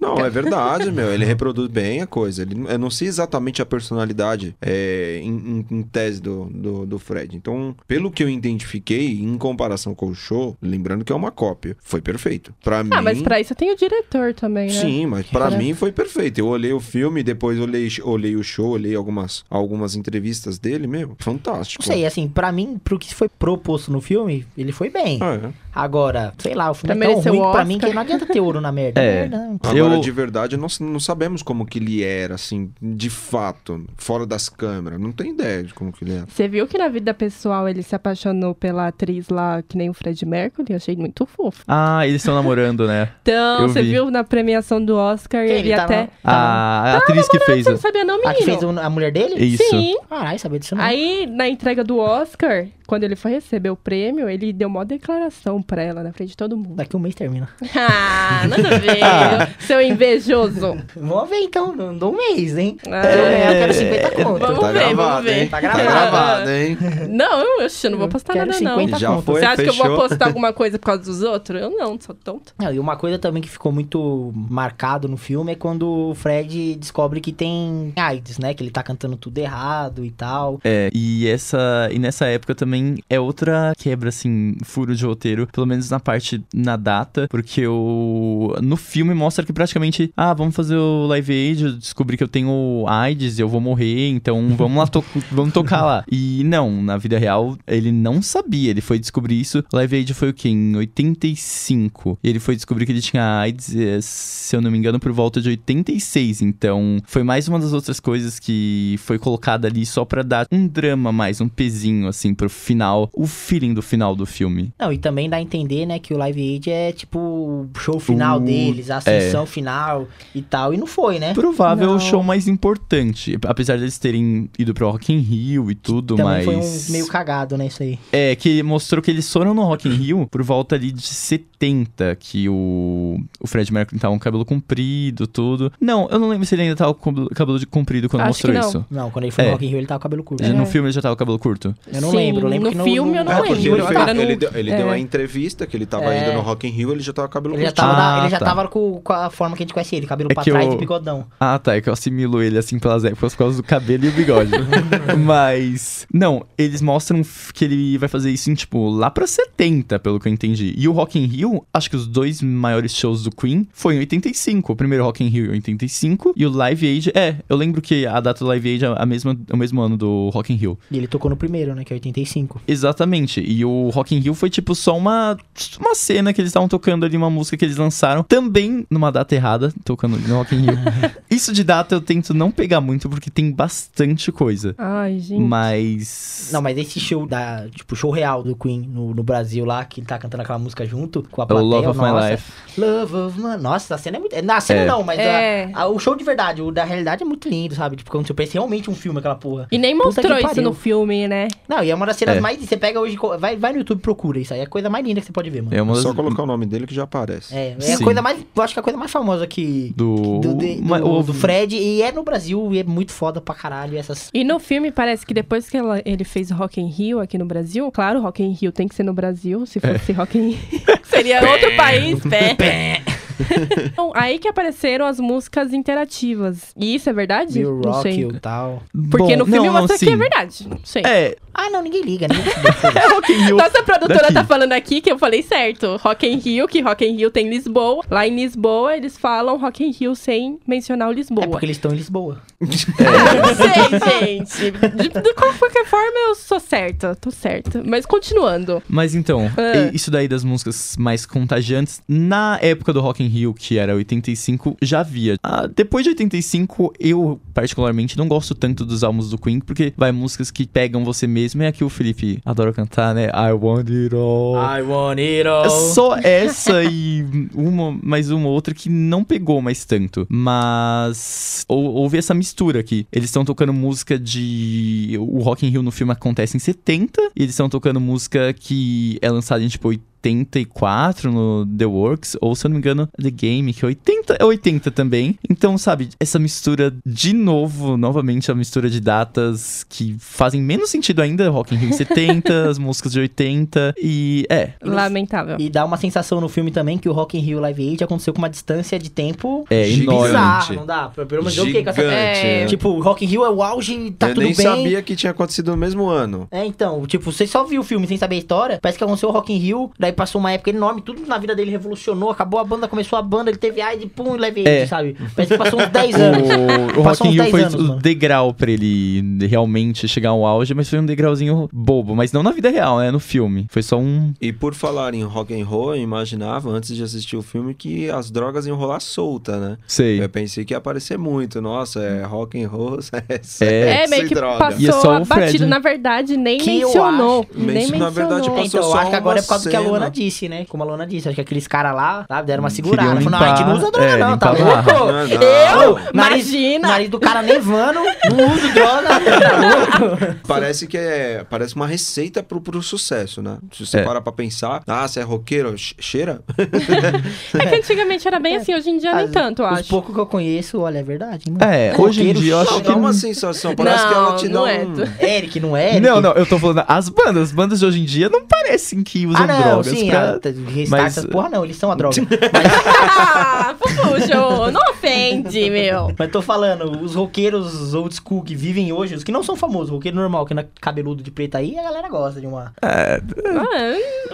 Não, é verdade, meu. Ele reproduz bem a coisa. Ele, eu não sei exatamente a personalidade é, em, em- em tese do, do, do Fred. Então, pelo que eu identifiquei, em comparação com o show, lembrando que é uma cópia, foi perfeito. Pra mim... Ah, mas pra isso tem o diretor também, né? Sim, mas pra Pra- mim foi perfeito. Eu olhei o filme, depois olhei, olhei o show, olhei algumas, algumas entrevistas dele, meu, fantástico. Não sei, assim, pra mim, pro que foi proposto no filme, ele foi bem. Ah, é. Agora, sei lá, o filme Pra é tão merecer ruim o pra mim Oscar. que não adianta ter ouro na merda. É. Merda, não. Agora, Eu- de verdade, nós não sabemos como que ele era, assim, de fato, fora das câmeras. Não tem ideia de como que ele era. Você viu que na vida pessoal ele se apaixonou pela atriz lá, que nem o Fred Mercury? Eu Achei muito fofo. Ah, eles estão namorando, né? Então, Eu você vi. viu na premiação do Oscar, Quem? ele, Ele tá até... na- tá na- A atriz que fez. Você não sabia não, A que menino? fez o- a mulher dele? Isso. Sim. Caralho, sabia disso não. Aí, na entrega do Oscar, Quando ele foi receber o prêmio, ele deu uma declaração pra ela na frente de todo mundo. Daqui um mês termina. ah, nada a ver, seu invejoso. Vamos ver então, não dou um mês, hein? Ah, Se eu ganhar, eu quero 50 conto. Vamos ver, vamos ver. hein? Tá Tá gravado. gravado, hein? Não, eu, oxe, eu não vou postar Quero nada, 50 não. Já conto. foi, Você acha que eu fechou. vou postar alguma coisa por causa dos outros? Eu não, sou tonto. Não, e uma coisa também que ficou muito marcado no filme é quando o Fred descobre que tem AIDS, né? Que ele tá cantando tudo errado e tal. É, e essa e nessa época também é outra quebra assim, furo de roteiro, pelo menos na parte na data, porque o no filme mostra que praticamente, ah, vamos fazer o live aid, eu descobri que eu tenho AIDS, eu vou morrer, então vamos lá to- vamos tocar lá. E não, na vida real é ele não sabia, ele foi descobrir isso. O live aid foi o quê? Em 85. E ele foi descobrir que ele tinha AIDS, eh, se eu não me engano, por volta de 86. Então, foi mais uma das outras coisas que foi colocada ali só pra dar um drama mais, um pezinho, assim, pro final, o feeling do final do filme. Não, e também dá a entender, né, que o Live Aid é tipo o show final O- deles, a ascensão final e tal. E não foi, né? Provável Não. o show mais importante, apesar deles terem ido pro Rock in Rio e tudo, Também mas... foi um meio cagado, né, isso aí. É, que mostrou que eles foram no Rock in Rio por volta ali de 70, que o, o Fred Mercury tava com cabelo comprido, tudo. Não, eu não lembro se ele ainda tava com cabelo de comprido quando Acho mostrou que não. isso. Não, quando ele foi no É. Rock in Rio, ele tava com o cabelo curto. né? Ele- É. No filme ele já tava com cabelo curto. Eu não Sim, lembro, eu lembro no que no, filme no- eu não É, lembro. porque lembro, ele, fez, agora não- ele, deu, ele deu é. a entrevista que ele tava É. indo no Rock in Rio, ele já tava com o cabelo Ele já curtinho. tava, na- Ah, ele já tá. tava com, com a forma que a gente conhece ele, cabelo É pra que trás eu- e bigodão. Ah, tá. É que eu assimilo ele assim pelas épocas por causa do cabelo e o bigode. né? Mas. Não, eles mostram f- que ele vai fazer isso em, tipo, lá pra 70, pelo que eu entendi. E o Rock in Rio, acho que os dois maiores shows do Queen foi em 85. O primeiro Rock in Rio em 85 e o Live Aid. É, eu lembro que a data do Live Aid é a mesma, é o mesmo ano do Rock in Rio. E ele tocou no primeiro, né, que é 85. Exatamente. E o Rock in Rio foi tipo só uma, uma cena que eles estavam tocando ali, uma música que eles lançaram, também numa data errada, tocando no Rock in Rio. Isso de data eu tento não pegar muito, porque tem bastante coisa. Ai, gente. Mas. Não, mas esse show da, tipo, show real do Queen no, no Brasil lá, que ele tá cantando aquela música junto com a É o plateia, Love of nossa. My Life. Love of my... Nossa, a cena é muito... é, Na cena É. não, mas a- É. a- o show de verdade, o da realidade é muito lindo, sabe? Tipo, quando você pensa realmente um filme, aquela porra. E nem Puta mostrou que isso pariu. no filme, né? Não, e é uma das cenas É. mais... Você pega hoje, co- vai, vai no YouTube e procura isso aí, é a coisa mais linda que você pode ver, mano. É uma Só das- colocar o nome dele que já aparece. É, é a Sim. coisa mais... Eu acho que é a coisa mais famosa que... Do. Do, de- do, Ma- o- do Fred, e é no Brasil, e é muito foda pra caralho essas... E no filme parece que depois que ela- ele fez o Rock in Rio aqui no Brasil, claro, o Rock in Rio tem que ser no Brasil, se fosse Rock in Rio, seria outro país, pé. Então, aí que apareceram as músicas interativas. E isso é verdade? Will não Rock sei. e tal. Porque Bom, no filme não, não, mostra que sim. é verdade. Não sei. É, Ah, não, ninguém liga, ninguém é Rock in Rio. Nossa produtora daqui. tá falando aqui que eu falei certo. Rock in Rio, que Rock in Rio tem Lisboa. Lá em Lisboa, eles falam Rock in Rio sem mencionar o Lisboa. É porque eles estão em Lisboa. é Não sei, gente. De, de qualquer forma, eu sou certa. Tô certa. Mas continuando. Mas então, É. e- isso daí das músicas mais contagiantes, na época do Rock in Rio, que era 85, já havia. Ah, depois de 85, eu particularmente não gosto tanto dos álbuns do Queen, porque vai músicas que pegam você mesmo, e aqui o Felipe adora cantar, né? I want it Ah, all. want it É Só essa e uma, mais uma outra que não pegou mais tanto. Mas hou- houve essa mistura aqui. Eles estão tocando música de. O Rock in Rio no filme acontece em 70. E eles estão tocando música que é lançada em tipo 84 no The Works, ou se eu não me engano, The Game, que é 80, é 80 também. Então, sabe, essa mistura de novo, novamente a mistura de datas que fazem menos sentido ainda, Rock in Rio em 70, as músicas de 80 e é, Lamentável. E dá uma sensação no filme também que o Rock in Rio Live Aid aconteceu com uma distância de tempo É Gigante. enorme. bizarra, não dá? Pelo menos eu fiquei com essa... Gigante, É, né? Tipo, o Rock in Rio é o auge, tá eu tudo nem bem. sabia que tinha acontecido no mesmo ano. É, então, tipo, você só viu o filme sem saber a história, parece que aconteceu o Rock in Rio, daí passou uma época enorme, tudo na vida dele revolucionou, acabou a banda, começou a banda, ele teve AIDS, pum, Live Aid, É. sabe? Parece que passou uns 10 anos. O, o Passou Rock in uns 10 Rio foi anos, o mano. degrau pra ele realmente chegar ao auge, mas foi um degrauzinho bobo. Mas não na vida real, né? No filme. Foi só um. E por falar em rock and roll, eu imaginava antes de assistir o filme que as drogas iam rolar solta, né? Sei. Eu pensei que ia aparecer muito. Nossa, é Hum. rock and roll, é sexo É, meio e que droga. E é passou só o abatido. Fred, né? Na verdade, nem Que eu mencionou. Mas Nem isso, mencionou. na verdade, passou Então, eu só acho que agora é por causa uma que a Luana Lona disse, né? Como a Lona disse, acho que aqueles caras lá, sabe, deram uma segurada. Queriam Falaram, não, a gente não limpar, usa droga é, não, tá limpar a louco? barra. Não, não. Eu? Nariz, Imagina! nariz do cara nevando, não uso droga, tá louco? Parece que é. Parece uma receita pro, pro sucesso, né? Se você É. parar pra pensar, ah, você é roqueiro, che- cheira? É que antigamente era bem assim, hoje em dia nem As- tanto, eu Os acho. poucos que eu conheço, olha, é verdade. hein, mano? É, hoje em Roqueiro dia eu acho Não, que. dá uma sensação. Parece que ela te dá não é. um. Eric, não é? Eric? Não, não, eu tô falando. As bandas, as bandas de hoje em dia não parecem que usam ah, não, drogas. sim, pra- ah, tá- restart mas- essas porra não, eles são a droga. Ah, Puxa, não ofende, meu. Mas tô falando, os roqueiros old school que vivem hoje, os que não são famosos, roqueiro normal, que não é cabeludo de preto aí, a galera gosta de uma. Ah,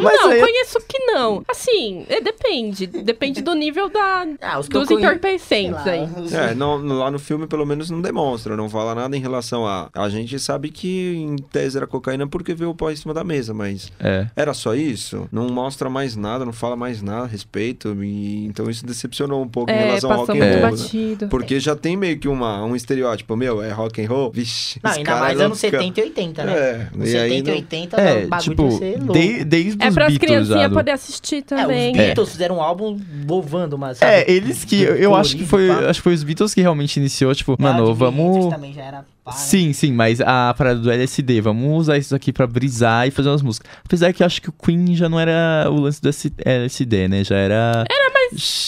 Mas não, aí- conheço que não. Assim, é, depende. Depende do nível da, Ah, os dos sei lá, entorpecentes aí. os- É, não, no- lá no filme pelo menos não demonstra, não fala nada em relação a. A gente sabe que em tese era cocaína porque veio o pó em cima da mesa, mas É. era só isso? Não mostra mais nada, não fala mais nada a respeito, e então isso decepcionou um pouco em É, relação ao passou rock muito and É. roll. né? batido. Porque já tem meio que uma, um estereótipo, meu, é rock and roll? Vixe. Não, os ainda caras mais lá anos ficam- 70 e 80, né? É, e 70 aí e não- 80, É, o Tá um bagulho tipo, deve ser louco. de- desde É os pras Beatles já. criancinhas do- poder assistir É, os também. Beatles fizeram um álbum louvando uma. sabe, É, eles que. Eu, eu acho que foi. colorido, pá. Acho que foi os Beatles que realmente iniciou, tipo, Ah, mano, de Beatles vamos. também já era pá, né? Sim, sim, mas a parada do LSD, vamos usar isso aqui pra brisar e fazer umas músicas. Apesar que eu acho que o Queen já não era o lance do S- LSD, né? Já era. Era, mas.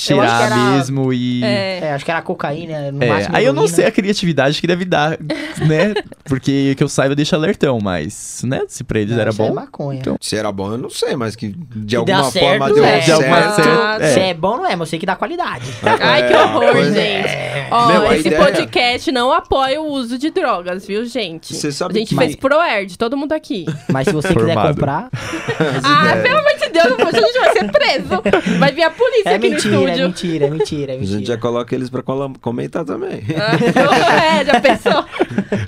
Eu acho Cheirar que era- mesmo e. É. É, acho que era cocaína, no É, máximo. aí eu não heroína. né? sei a criatividade que deve dar, né? Porque que eu saiba deixa alertão, mas, né? Se pra eles Não, era isso é bom. maconha. então- Se era bom, eu não sei, mas que de deu alguma certo, forma deu é. De alguma certo. certa- Se é. é bom, não é, mas eu sei que dá qualidade. Ai, que É, horror, coisa- gente. Ó, Meu, a esse é. ideia- podcast não apoia o uso de drogas, viu, gente? Você sabe a gente que- fez Proerd, todo mundo aqui. Mas se você quiser Formado. comprar, ah, pelo amor de Deus, poxa, a gente vai ser preso. Vai vir a polícia é aqui no mentira, é estúdio. mentira, é mentira, é A gente já mentira. coloca eles pra cola- comentar também. Ah, é, já pensou?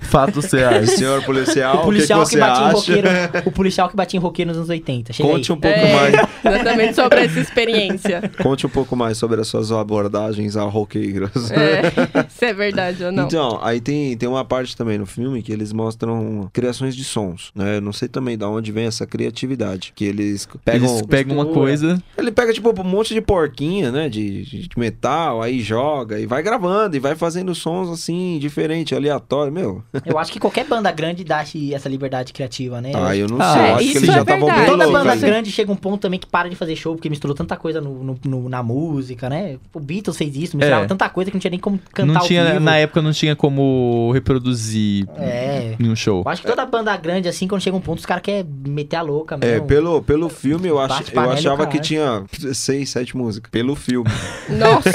Fatos reais. Senhor policial, O o que, que policial que, você batia em acha? roqueiro, o policial que batia em roqueiro nos anos 80. Chega Conte aí. um pouco É, mais. exatamente sobre essa experiência. Conte um pouco mais sobre as suas abordagens a roqueiros. É, se é verdade ou não. Então, aí tem, tem uma parte também no filme que eles mostram criações de sons, né? Eu não sei também de onde vem essa criatividade. Que eles pegam. Eles pegam uma mistura. coisa. Ele pega, tipo, um monte de porquinha, né? De, de de metal, aí joga e vai gravando e vai fazendo sons assim, diferente, aleatório. Meu, Eu acho que qualquer banda grande dá esse- essa liberdade criativa, né? aí eu não Ah, sei. é, Eu acho que isso eles é já estavam bem verdade. Toda loucos banda ali. grande chega um ponto também que para de fazer show, porque misturou tanta coisa no- no- no- na música, né? O Beatles fez isso, misturava É. tanta coisa que não tinha nem como cantar Não ao tinha, vivo. na época não tinha como reproduzir É. em um show. Eu acho que toda banda grande, assim, quando chega um ponto, os caras querem meter a louca É, mesmo. pelo, pelo filme eu, ach, um Bate eu panela e o achava que caralho. tinha seis, sete músicas. Pelo filme. Nossa.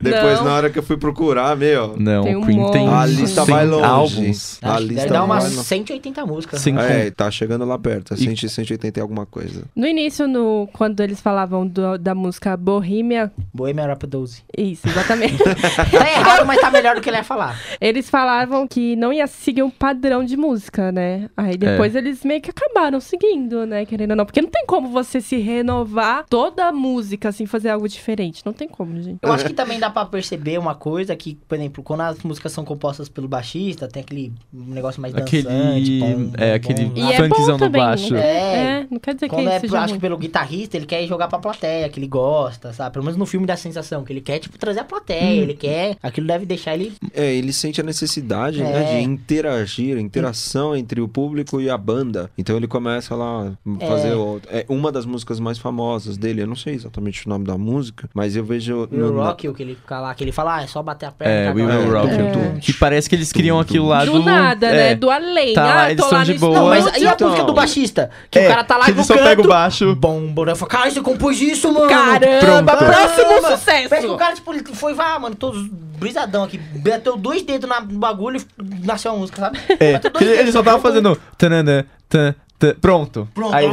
Depois, Não. na hora que eu fui procurar, meu. Não, Tem o um Queen tem monte. A lista 100 vai longe. álbuns. Acho A que lista deve dar vai umas longe. 180 músicas. Sim. É, tá chegando lá perto. É E- 100, 180 e alguma coisa. No início, no, quando eles falavam do- da música Bohemia, né? Bohemian Rhapsody. isso, exatamente. Tá errado, mas tá melhor do que ele ia falar. Eles falavam que não ia seguir um padrão de música, né? Aí depois eles meio que acabaram seguindo, né? Querendo ou não. Porque não tem como você se renovar toda a música, assim, fazer algo diferente. Não tem como, gente. Eu acho que também dá pra perceber uma coisa que, por exemplo, quando as músicas são compostas pelo baixista, tem aquele negócio mais Aquele. dançante. pom, é, pom, aquele pom. E é funkzão bom no também, baixo. né? É. É, não quer dizer que Quando é, seja acho que ruim. pelo guitarrista, ele quer jogar pra plateia, que ele gosta, sabe? Pelo menos no filme dá a sensação que ele quer, tipo, trazer a plateia, Hum. ele quer... Aquilo deve deixar ele... É, ele sente a necessidade né, É. de interagir, interação entre o público e a banda. Então ele começa lá a fazer É. o- é, uma das músicas mais famosas dele. Eu não sei exatamente o nome da música, mas eu vejo. O rock, o que ele fica lá, que ele fala, ah, é só bater a perna. É, tá We bom. um Will Rock É. You. Que parece que eles criam aquilo lá do. Do nada, né? é. Do além. Tá lá, ah, eles tô são lá de no boa. Não, mas estúdio. aí a Então- música do baixista, que É, o cara tá lá que no ele canto... só pega o baixo. Bom, bora. né? Eu falo, Caralho, você compôs isso, mano. Caramba, Pronto. próximo Caramba. Parece que o sucesso! cara, tipo, ele foi, vá, mano, todos brisadão aqui. Bateu dois dedos na- no bagulho e nasceu a música, sabe? É, Bateu dois ele, ele dedos, só tava bateu fazendo. tananã, tan, tan, pronto. Pronto. Aí,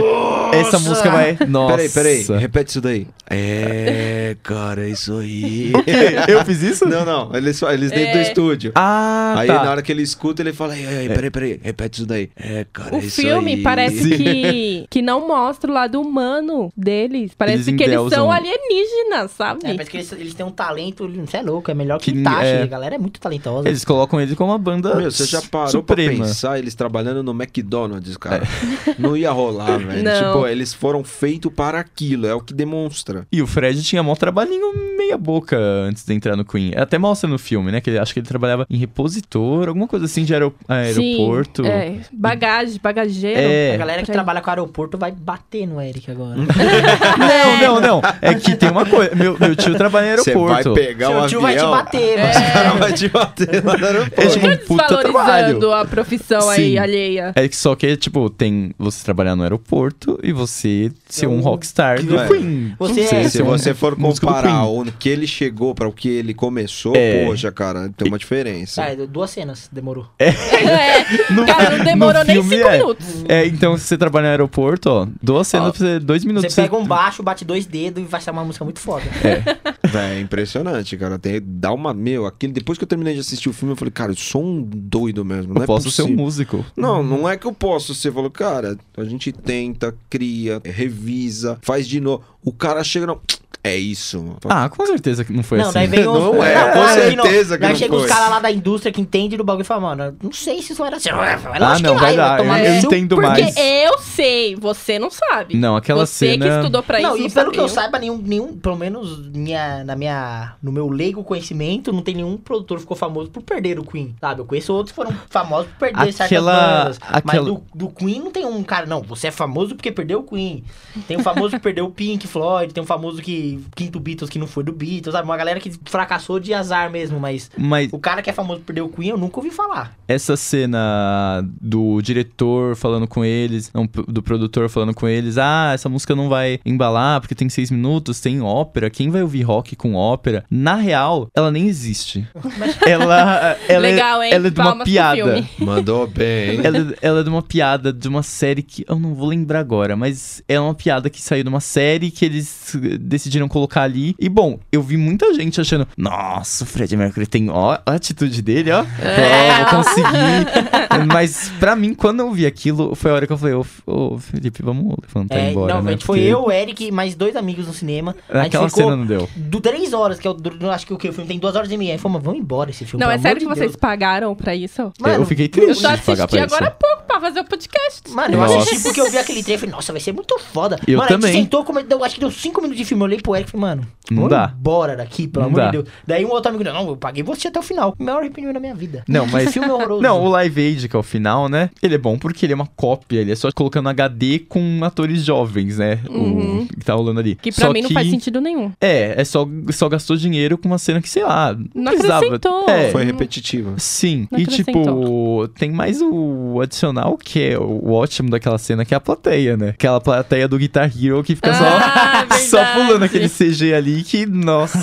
essa Nossa. música vai. Nossa. Peraí, peraí, repete isso daí. É, cara, isso aí. O quê? Eu fiz isso? Não, não, eles, só- eles dentro do É. estúdio. Ah, aí tá. na hora que ele escuta, ele fala: ei, ei, ei, peraí, peraí, repete isso daí. É, cara, O isso filme aí. parece que, que não mostra o lado humano deles. Parece Eles que eles endeusam. são alienígenas, sabe? É, parece que eles, eles têm um talento, você é louco, é melhor que, Que- o Tachi. é. A galera é muito talentosa. Eles colocam ele como uma banda Meu, você já parou suprema. É. pra pensar eles trabalhando no McDonald's, cara? Não ia rolar, velho. Não. Tipo, eles foram feitos para aquilo, é o que demonstra. E o Fred tinha mó trabalhinho meia boca antes de entrar no Queen. Até mostra no filme, né? Que ele, acho que ele trabalhava em repositor, alguma coisa assim de aero- aeroporto. Sim, é. Bagagem, bagageiro. É. A galera que Peraí. trabalha com aeroporto vai bater no Eric agora. Não, não, não. É que tem uma coisa. Meu, meu tio trabalha em Você vai aeroporto. pegar um Seu tio avião... vai te bater, mano. O cara vai te bater lá no aeroporto. É tipo Fica um puta trabalho. desvalorizando a profissão aí Sim. alheia. É que só que, tipo, tem você trabalhar no aeroporto e você ser um Eu- rockstar do Ué, Queen. você Você é- Se ser um você for músico do comparar Queen. o que ele chegou para o que ele começou, É. poxa, cara, tem uma diferença. Sai, duas cenas, demorou. É. No- Cara, não demorou no nem filme, cinco é. minutos. É, então se você trabalha no aeroporto, ó, duas cenas Ó, pra você, dois minutos. Você pega um baixo, bate dois dedos e vai sair uma música muito foda. Véi, É impressionante, cara. Tem, dá uma. Meu, aquilo. Depois que eu terminei de assistir o filme, eu falei, cara, eu sou um doido mesmo. Não Eu é posso ser um possível. músico. Não, não é que eu posso. Você falou, cara, a gente tenta, cria, revisa, faz de novo. O cara chega, não. É isso. mano. Ah, com certeza que não foi não, assim. daí vem os. Não é, com claro certeza que Daí não chega os foi. caras lá da indústria que entende do bagulho e fala, mano, não sei se isso era assim. Ah, não, vai dar. Eu, tomar eu no entendo Porque mais. eu sei, você não sabe. Não, aquela você cena. que estudou pra Não, isso. e não pelo sabe. que eu saiba, nenhum, nenhum pelo menos minha, na minha, no meu leigo conhecimento, não tem nenhum produtor que ficou famoso por perder o Queen, sabe? Eu conheço outros que foram famosos por perder certas Aquela- bandas. Mas aquela- do, do Queen não tem um cara, não, você é famoso porque perdeu o Queen. Tem um famoso que perdeu o Pink Floyd, tem um famoso que, quinto Beatles que não foi do Beatles, sabe? Uma galera que fracassou de azar mesmo, mas... Mas O cara que é famoso por perder o Queen, eu nunca ouvi falar. essa cena do diretor falando com eles, não, p- do produtor falando com eles, ah, essa música não vai embalar porque tem seis minutos, tem ópera, quem vai ouvir rock com ópera? Na real, ela nem existe. ela, ela Legal, é, hein? Ela é de uma Palmas pro piada. filme. Mandou bem, hein? Ela, ela é de uma piada de uma série que eu não vou lembrar agora, mas é uma piada que saiu de uma série que eles eh, decidiram colocar ali. E bom, eu vi muita gente achando: Nossa, o Fred Mercury tem ó, a atitude dele, ó. É. Ó, vou conseguir. mas pra mim, quando eu vi aquilo, foi a hora que eu falei: Ô, F- ô, Felipe, vamos levantar e ir É, embora. não, né? gente, foi Porque eu, o Eric e mais dois amigos no cinema. a gente Naquela ficou cena não deu. do três horas, que eu acho que o, que o filme tem duas horas e meia. Aí falou, mas vamos embora esse filme. Não, é pelo sério que amor de vocês Deus. pagaram pra isso? Mano, eu fiquei Eu triste só de pagar assisti pra agora há isso. pouco pra fazer o podcast. Mano, eu Nossa. assisti porque eu vi aquele trailer e falei, nossa, vai ser muito foda. Eu mano, a também. gente sentou, como, deu- acho que deu cinco minutos de filme. Eu olhei pro Eric e falei, mano, Não vamos dá. embora daqui, pelo Não amor dá. de Deus. Daí um outro amigo, não, eu paguei você até o final. O maior arrependimento da minha vida. Não, Que mas. filme é horroroso. Não, o Live Aid, que é o final, né? Ele é bom porque ele é uma cópia, ele é só colocando HD com atores jovens, né? Uhum. O que tá rolando ali. Que pra Só mim não que- faz sentido nenhum. É, é só, só gastou dinheiro com uma cena que, sei lá, Não precisava. acrescentou. É, Foi repetitiva. Sim, Não e acrescentou. tipo, tem mais o adicional que é o ótimo daquela cena, que é a plateia, né? Aquela plateia do Guitar Hero que fica Ah, só, só verdade. pulando aquele CG ali que, nossa,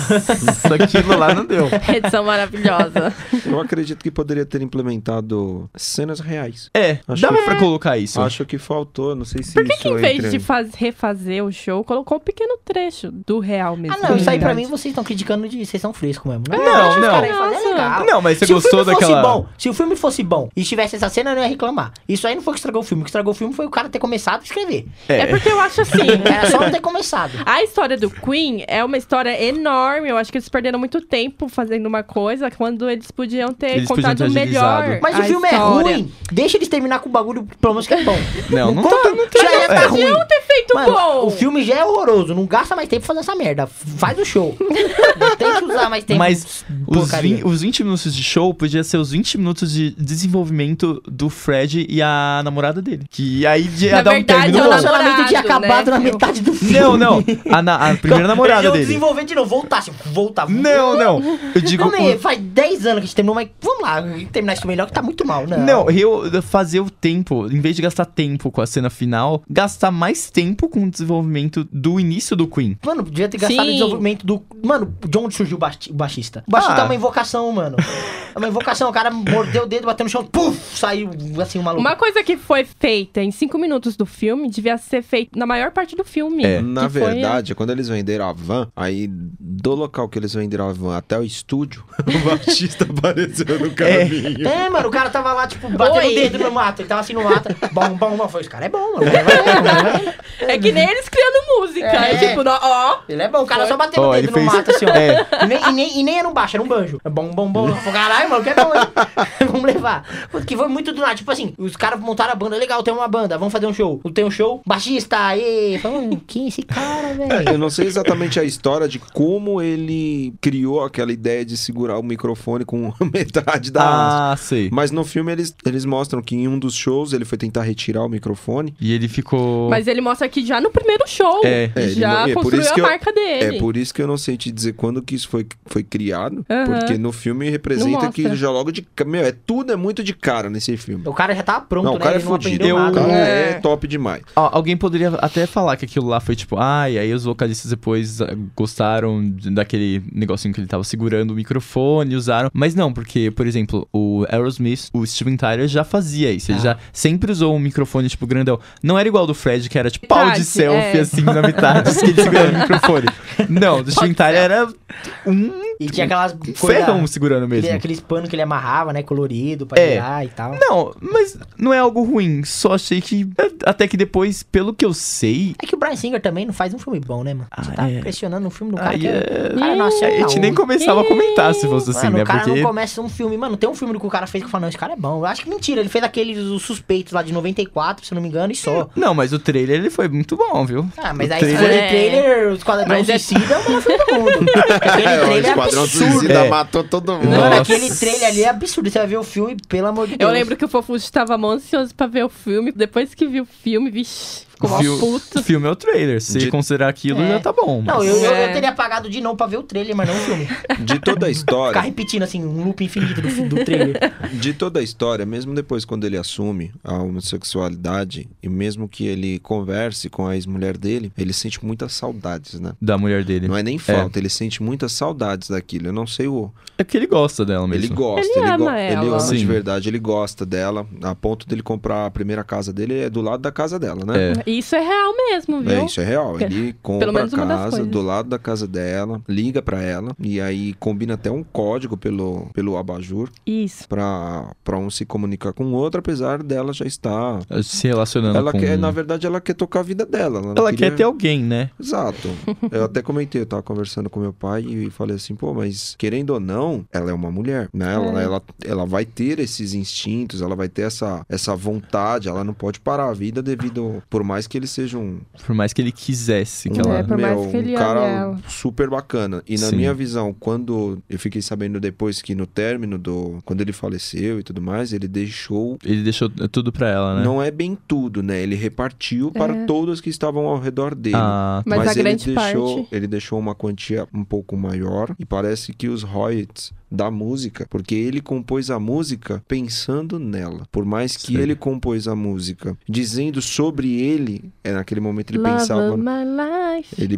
aquilo lá não deu. Edição maravilhosa. Eu acredito que poderia ter implementado cenas reais. É, Acho dava que- pra colocar isso. Acho que faltou, não sei se Por que, isso que em vez entra- um de faz- refazer o show, colocou um pequeno trecho do real mesmo? Ah, não, isso aí pra verdade? mim vocês estão criticando de. Vocês são frescos mesmo. Não, Não, deixa os não. caras aí fazer, é legal. Não, mas você se gostou o filme daquela. Fosse bom, se o filme fosse bom e tivesse essa cena, eu não ia reclamar. Isso aí não foi o que estragou o filme. O que estragou o filme foi o cara ter começado a escrever. É porque eu acho assim. Era só não ter começado. A história do Queen é uma história enorme. Eu acho que eles perderam muito tempo fazendo uma coisa quando eles podiam ter Eles podiam contado ter agilizado. melhor. Mas a o filme história. é ruim. Deixa eles terminar com o bagulho, pelo menos que é bom. Não, não conta, tá, não já ia tá ruim. Ter feito Mano, bom. o filme já é horroroso. Não gasta mais tempo fazendo essa merda. Faz o show. não tem que usar mais tempo. Mas os, porcaria. vin- os 20 minutos de show podia ser os 20 minutos de desenvolvimento do Fred e a namorada dele. Que aí ia Na verdade, dar um o é término o bom. namorado, relacionamento tinha acabado né? na metade do filme. Não, não. A, na- a primeira namorada Eles iam dele. desenvolver de novo. Voltasse. Voltava. Não, não. Eu digo. Calma aí, o- faz 10 anos que a gente terminou, mas vamos lá, terminar isso melhor que tá muito mal, né? Não, eu fazer o tempo, em vez de gastar tempo com a cena final, gastar mais tempo com o desenvolvimento do início do Queen. Mano, devia ter gastado Sim. o desenvolvimento do. Mano, de onde surgiu o baixi- o baixista? O baixista Ah. é uma invocação, mano. É uma invocação, o cara mordeu o dedo, bateu no chão, puf, saiu assim o maluco. Uma coisa que foi feita em cinco minutos do filme devia ser feita na maior parte do filme. É. Na Que foi verdade, quando eles venderam a van, aí do local que eles venderam a van até o estúdio, o Batista apareceu no caminho. É, mano, o cara tava lá, tipo, batendo Oi. o dedo no mato. Ele tava assim no mato. Bom, bom, bom. Falei, esse cara é bom, mano. Vai, vai, vai, vai. É que nem eles criando música. É, É. tipo, nó- ó. Ele é bom, o cara só bateu Ó, o ele dedo no fez. mato, assim, ó. É. E, nem, e, nem, e nem era um baixo, era um banjo. É bom, bom, bom. Eu falei, Caralho, mano, que é bom, hein? Vamos levar. Que foi muito do nada. Tipo assim, os caras montaram a banda. Legal, tem uma banda, vamos fazer um show. Tem um show, baixista, aê. Falei, mano, quem é esse cara, velho? Eu não sei exatamente a história de como ele criou aquela ideia de segurar o microfone com metade da asa. Ah, sei. Mas no filme eles, eles mostram que em um dos shows ele foi tentar retirar o microfone. E ele ficou. Mas ele mostra aqui já no primeiro show. Tipo- É. É, ele já mo- é, por construiu isso a que eu- marca dele. É por isso que eu não sei te dizer quando que isso foi, foi criado. Aham. Porque no filme Não representa mostra. que ele já logo de. ca- Meu, é, tudo é muito de cara nesse filme. O cara já tava pronto, não, né? o cara é ele não fodido. aprendeu O nada. cara né? é top demais. Al- Alguém poderia até falar que aquilo lá foi tipo, ah, e aí os vocalistas depois ah, gostaram de- daquele negocinho que ele tava segurando o microfone, usaram. Mas não, porque, por exemplo, o Aerosmith, o Steven Tyler já fazia isso. Ele Ah. já sempre usou um microfone, tipo, grandão. Não era igual do Fred, que era tipo pau Metade, de selfie, é. assim, na metade, que ele segurava o microfone. Não, do Steven Tyler era um E tinha aquelas ferrão coisas... segurando mesmo. Aqueles panos que ele é amarrava, né? Colorido, pra É. girar e tal. Não, mas não é algo ruim. Só achei que. é, Até que depois, pelo que eu sei. É que o Brian Singer também não faz um filme bom, né, mano? Você Ah, tá é. pressionando um filme do cara Aí que... é. Cara, não acerta A gente um. nem começava a comentar se fosse assim, mano, né? o cara Porque. não começa um filme. Mano, tem um filme que o cara fez que eu falo, não, esse cara é bom. Eu acho que mentira, ele fez aquele dos suspeitos lá de 94, se eu não me engano, e só. Não, mas o trailer ele foi muito bom, viu? Ah, mas O aí se for É. trailer- de trailer, o Esquadrão Mas é- Suicida é o melhor filme do mundo. Aquele o trailer é Esquadrão absurdo. Suicida É. matou todo mundo. Mano, Nossa. aquele trailer ali é absurdo. Você vai ver o filme, pelo amor de Eu Deus. lembro que o Fofuxo estava mó ansioso pra ver o filme. Depois que viu o filme, vixi, ficou mó Viu- puto. O filme é o trailer. Se De- considerar aquilo, É. já tá bom. Não, mas- eu, eu, É. eu teria apagado de novo pra ver o trailer, mas não o filme. De toda a Ficar história, repetindo, assim, um loop infinito do, fi- do trailer. de toda a história, mesmo depois quando ele assume a homossexualidade e mesmo que ele converse com a ex-mulher dele, ele sente muitas saudades, né? Da mulher dele. Não é nem falta, ele sente muitas saudades daquilo. Eu não sei o. É que ele gosta dela mesmo. Ele gosta, Ele ele, ama go- ela. ele ama Sim. de verdade, ele gosta dela. A ponto dele comprar a primeira casa dele é do lado da casa dela, né? É. E Isso é real mesmo, viu? É, isso é real. Ele compra a menos uma das casa coisas. do lado da casa dela, liga pra ela e aí combina até um código pelo, pelo abajur Isso. pra, pra um se comunicar com o outro, apesar dela já estar. Se relacionando ela com... um quer, na verdade, é- ela quer tocar a vida dela. Ela, não Ela queria- quer ter alguém, né? Exato. Eu até comentei, eu tava conversando com meu pai e falei assim, pô, mas querendo ou não, ela é uma mulher, né? É. Ela, ela, ela vai ter esses instintos, ela vai ter essa, essa vontade, ela não pode parar a vida devido, por mais que ele seja um, Por mais que ele quisesse que É, ela... por mais que ele um ame cara ela. super bacana. E na Sim. minha visão, quando eu fiquei sabendo depois que no término do... Quando ele faleceu e tudo mais, ele deixou Ele deixou tudo pra ela, né? não é bem tudo, né? Ele repartiu para todos que estavam ao redor dele. Ah, É. Mas a grande ele deixou, parte- ele deixou uma quantia um pouco maior e parece que os royalties da música, porque ele compôs a música pensando nela. Por mais que Sei. ele compôs a música dizendo sobre ele, é naquele momento ele Love pensava, of my life. ele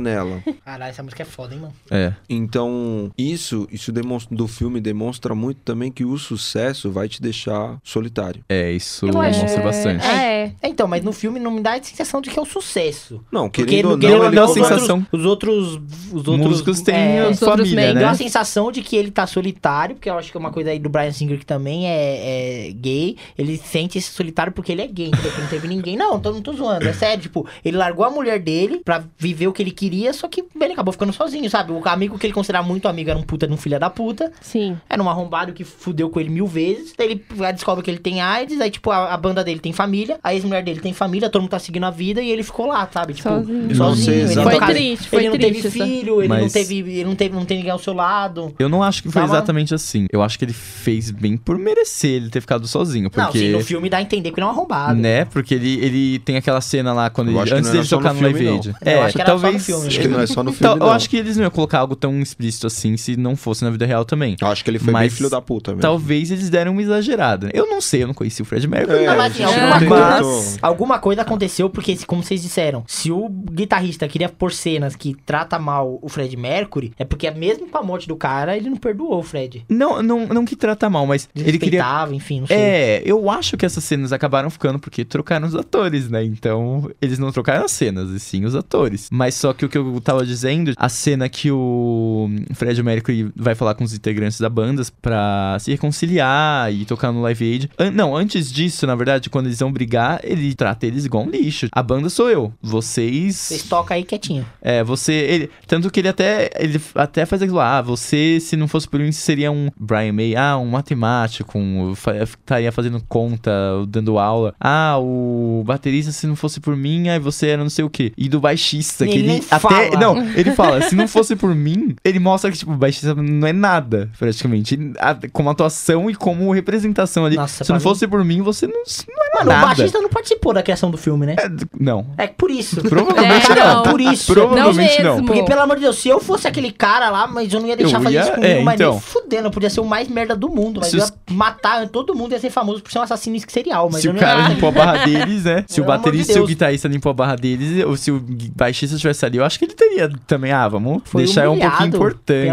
nela. Caralho, essa música é foda, hein, mano? é. Então, isso, isso demonstra, do filme demonstra muito também que o sucesso vai te deixar solitário. É, isso Eu acho- mostra bastante. Ah, é. É, então, mas no filme não me dá a sensação de que é o sucesso. Não, Porque querendo ou querendo não, ou ele é não, a os colocou- sensação- outros- Os outros. Os outros. Músicos têm é, a os outros família, membros, Deu né? a sensação de que ele tá solitário, porque eu acho que é uma coisa aí do Brian Singer que também é, é gay. Ele sente esse solitário porque ele é gay, entendeu? Porque não teve ninguém. Não, tô, não tô zoando, é sério. Tipo, ele largou a mulher dele pra viver o que ele queria, só que ele acabou ficando sozinho, sabe? O amigo que ele considerava muito amigo era um puta de um filho da puta. Sim. Era um arrombado que fudeu com ele mil vezes. Daí ele aí descobre que ele tem AIDS, aí, tipo, a, a banda dele tem família, a ex-mulher dele tem família, todo mundo tá seguindo a vida e ele ficou lá, sabe? Tipo, Sozinho. Eu não sei ele exatamente. não Foi triste, foi Ele não triste assim. teve essa. filho, ele não Mas- teve. Ele não teve, não tem ninguém ao seu lado. Eu não acho que foi Dá uma- exatamente assim. Eu acho que ele fez bem por merecer ele ter ficado sozinho. Porque... Não, sim, no filme dá a entender que ele é um arrombado. Né? Porque ele, ele tem aquela cena lá quando Eu ele, acho que antes não era dele só no tocar no, filme, Live não. Aid. Eu acho que era só no filme. Acho que não é só no Então, filme, eu não. acho que eles não iam colocar algo tão explícito assim se não fosse na vida real também. Eu acho que ele foi Mas bem filho da puta mesmo. Talvez eles deram uma exagerada. Eu não sei, eu não conheci o Fred Mercury. É, Não, mas- mas, assim, a gente alguma não tem coisa- muito- Alguma coisa aconteceu, porque, se- como vocês disseram, se o guitarrista queria pôr cenas que trata mal o Fred Mercury, é porque mesmo com é a morte do cara, ele não perdoou o Fred. Não, não, não que trata mal, mas ele queria. Desrespeitava, enfim, não sei. É, eu acho que essas cenas acabaram ficando porque trocaram os atores, né? Então, eles não trocaram as cenas, e sim os atores. Mas só que o que eu tava dizendo, a cena que o Fred Mercury vai falar com os integrantes da banda pra se reconciliar e tocar no Live Aid. An- não, antes disso, na verdade, quando eles vão brigar, ele trata eles igual um lixo. A banda sou eu. Vocês tocam aí quietinho. É, você. Ele, tanto que ele até. Ele até faz aquilo. Ah, você, se não fosse por mim, seria um Brian May. Ah, um matemático. Um, fa- estaria fazendo conta, dando aula. Ah, o baterista, se não fosse por mim, aí você era não sei o quê. E do baixista, que Ele ele. nem até, fala. Não, ele fala, se não fosse por mim, ele mostra que, tipo, o baixista não é nada, praticamente. Ele- a- como atuação e como representação ali. Nossa, se pra não mim- fosse por mim, você não, não era Mano, o nada. baixista não participou da criação do filme, né? Não. É por isso. Provavelmente É, não. não. Por isso. Provavelmente Não não. mesmo. Porque, pelo amor de Deus, se eu fosse aquele cara lá, mas eu não ia deixar Eu fazer ia- isso comigo, é, mas então. nem fudendo. Eu podia ser o mais merda do mundo, mas Se eu ia os- matar todo mundo, ia ser famoso por ser um assassino serial. Mas se eu o não cara ia... limpou a barra deles, né? Se o Pelo amor de baterista e o Deus. guitarrista limpou a barra deles, ou se o gui- baixista estivesse ali, eu acho que ele teria também. Ah, vamos Foi deixar um pouquinho humilhado. Pelo amor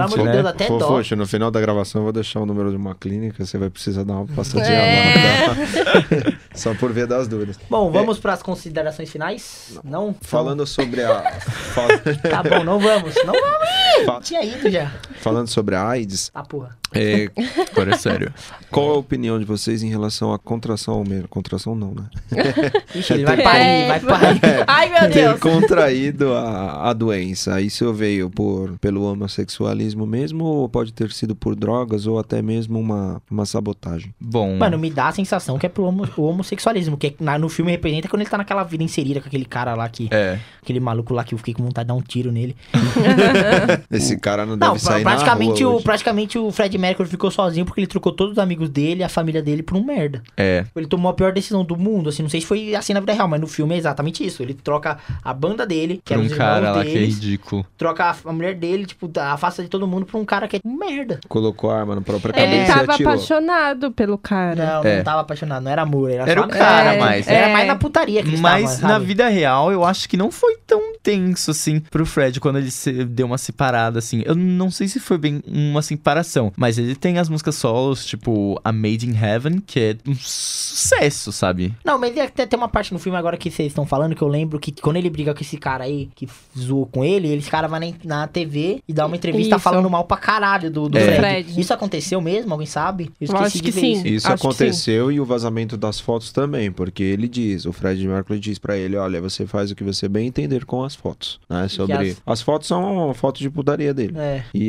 importante, de né? Deus, até Fo- dó. Poxa, no final da gravação eu vou deixar o número de uma clínica, você vai precisar dar uma passadinha É. lá. tá? Só por ver das dúvidas. Bom, vamos pras considerações finais? Não? Não? É. Falando sobre a. fa- Tá bom, não vamos. Não Fa- vamos. Tinha ido já. falando sobre a AIDS, Ah, porra. é, Agora é sério. qual a opinião de vocês em relação à contração ao meio? Contração não, né? Ixi, ele vai Tem- parir, vai parir. É. Ai, meu Ter Deus. contraído a, a doença. Isso veio por, pelo homossexualismo mesmo, ou pode ter sido por drogas, ou até mesmo uma, uma sabotagem. Bom. Mano, me dá a sensação que é pro homo- o homossexualismo, que é- na- no filme representa quando ele tá naquela vida inserida com aquele cara lá que. é. Aquele maluco lá que eu fiquei com vontade de dar um tiro nele. Esse cara não deve Não, pra- sair praticamente, na rua o, hoje. praticamente o Fred Mercury ficou sozinho porque ele trocou todos os amigos dele, a família dele, por um merda. É. Ele tomou a pior decisão do mundo, assim, não sei se foi assim na vida real, mas no filme é exatamente isso. Ele troca a banda dele, que Pra é um os irmãos cara lá que é deles, ridículo. troca a, a mulher dele, tipo, afasta de todo mundo por um cara que é um merda. Colocou a arma na própria Ele cabeça e tava atirou. apaixonado pelo cara. Não, É. não tava apaixonado, não era amor, era, Era só o amigo. cara É, mais. é. Era mais na putaria que eles Mas estavam, na sabe? vida real, eu acho que não foi tão tenso assim pro Fred quando ele se- deu uma separada assim. Eu não sei se foi bem uma separação, mas ele tem as músicas solos, tipo A Made in Heaven, que é um sucesso, sabe? Não, mas até tem uma parte no filme agora que vocês estão falando que eu lembro que quando ele briga com esse cara aí, que zoou com ele, esse cara vai na, na TV e dá uma entrevista Isso. falando mal pra caralho do, do É. Fred. Fred. Isso aconteceu mesmo? Alguém sabe? Eu acho que sim. isso. Isso Acho que aconteceu e o vazamento das fotos também, porque ele diz, o Fred Mercury diz pra ele, olha, você faz o que você bem entender com as fotos, né? Sobre as- as... fotos são fotos de putaria dele. É. E,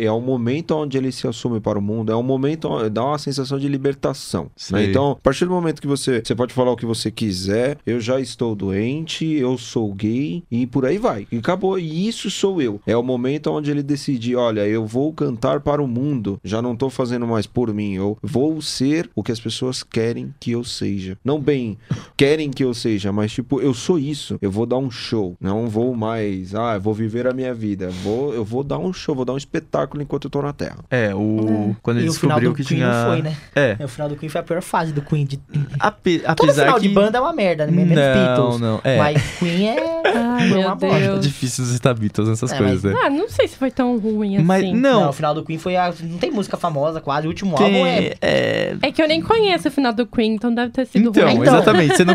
e- é o momento onde ele se assume para o mundo, é um momento onde dá uma sensação de libertação. né? Sei. Então, a partir do momento que você, você pode falar o que você quiser, eu já estou doente, eu sou gay e por aí vai. E acabou, e isso sou eu. É o momento onde ele decide, olha, eu vou cantar para o mundo, já não tô fazendo mais por mim, eu vou ser o que as pessoas querem que eu seja. Não bem, querem que eu seja, mas tipo, eu sou isso, eu vou dar um show, não vou mais, ah, eu vou viver a minha vida, vou, eu vou dar um show, vou dar um espetáculo enquanto eu tô na Terra. É, o. Quando ele Né? E o final descobriu do que Queen tinha. não foi, né? É. O final do Queen foi a pior fase do Queen. De... Ape- Todo apesar final que. de banda é uma merda, né? Menos não, Beatles. não. É. Mas Queen é. Ai, Foi meu uma bosta. É Deus. difícil citar Beatles nessas É, coisas, né? Ah, não sei se foi tão ruim assim. Mas Não. não, o final do Queen foi a. Não tem música famosa quase. O último álbum tem, é. é... É que eu nem conheço o final do Queen, então deve ter sido Então, ruim. então. exatamente, você não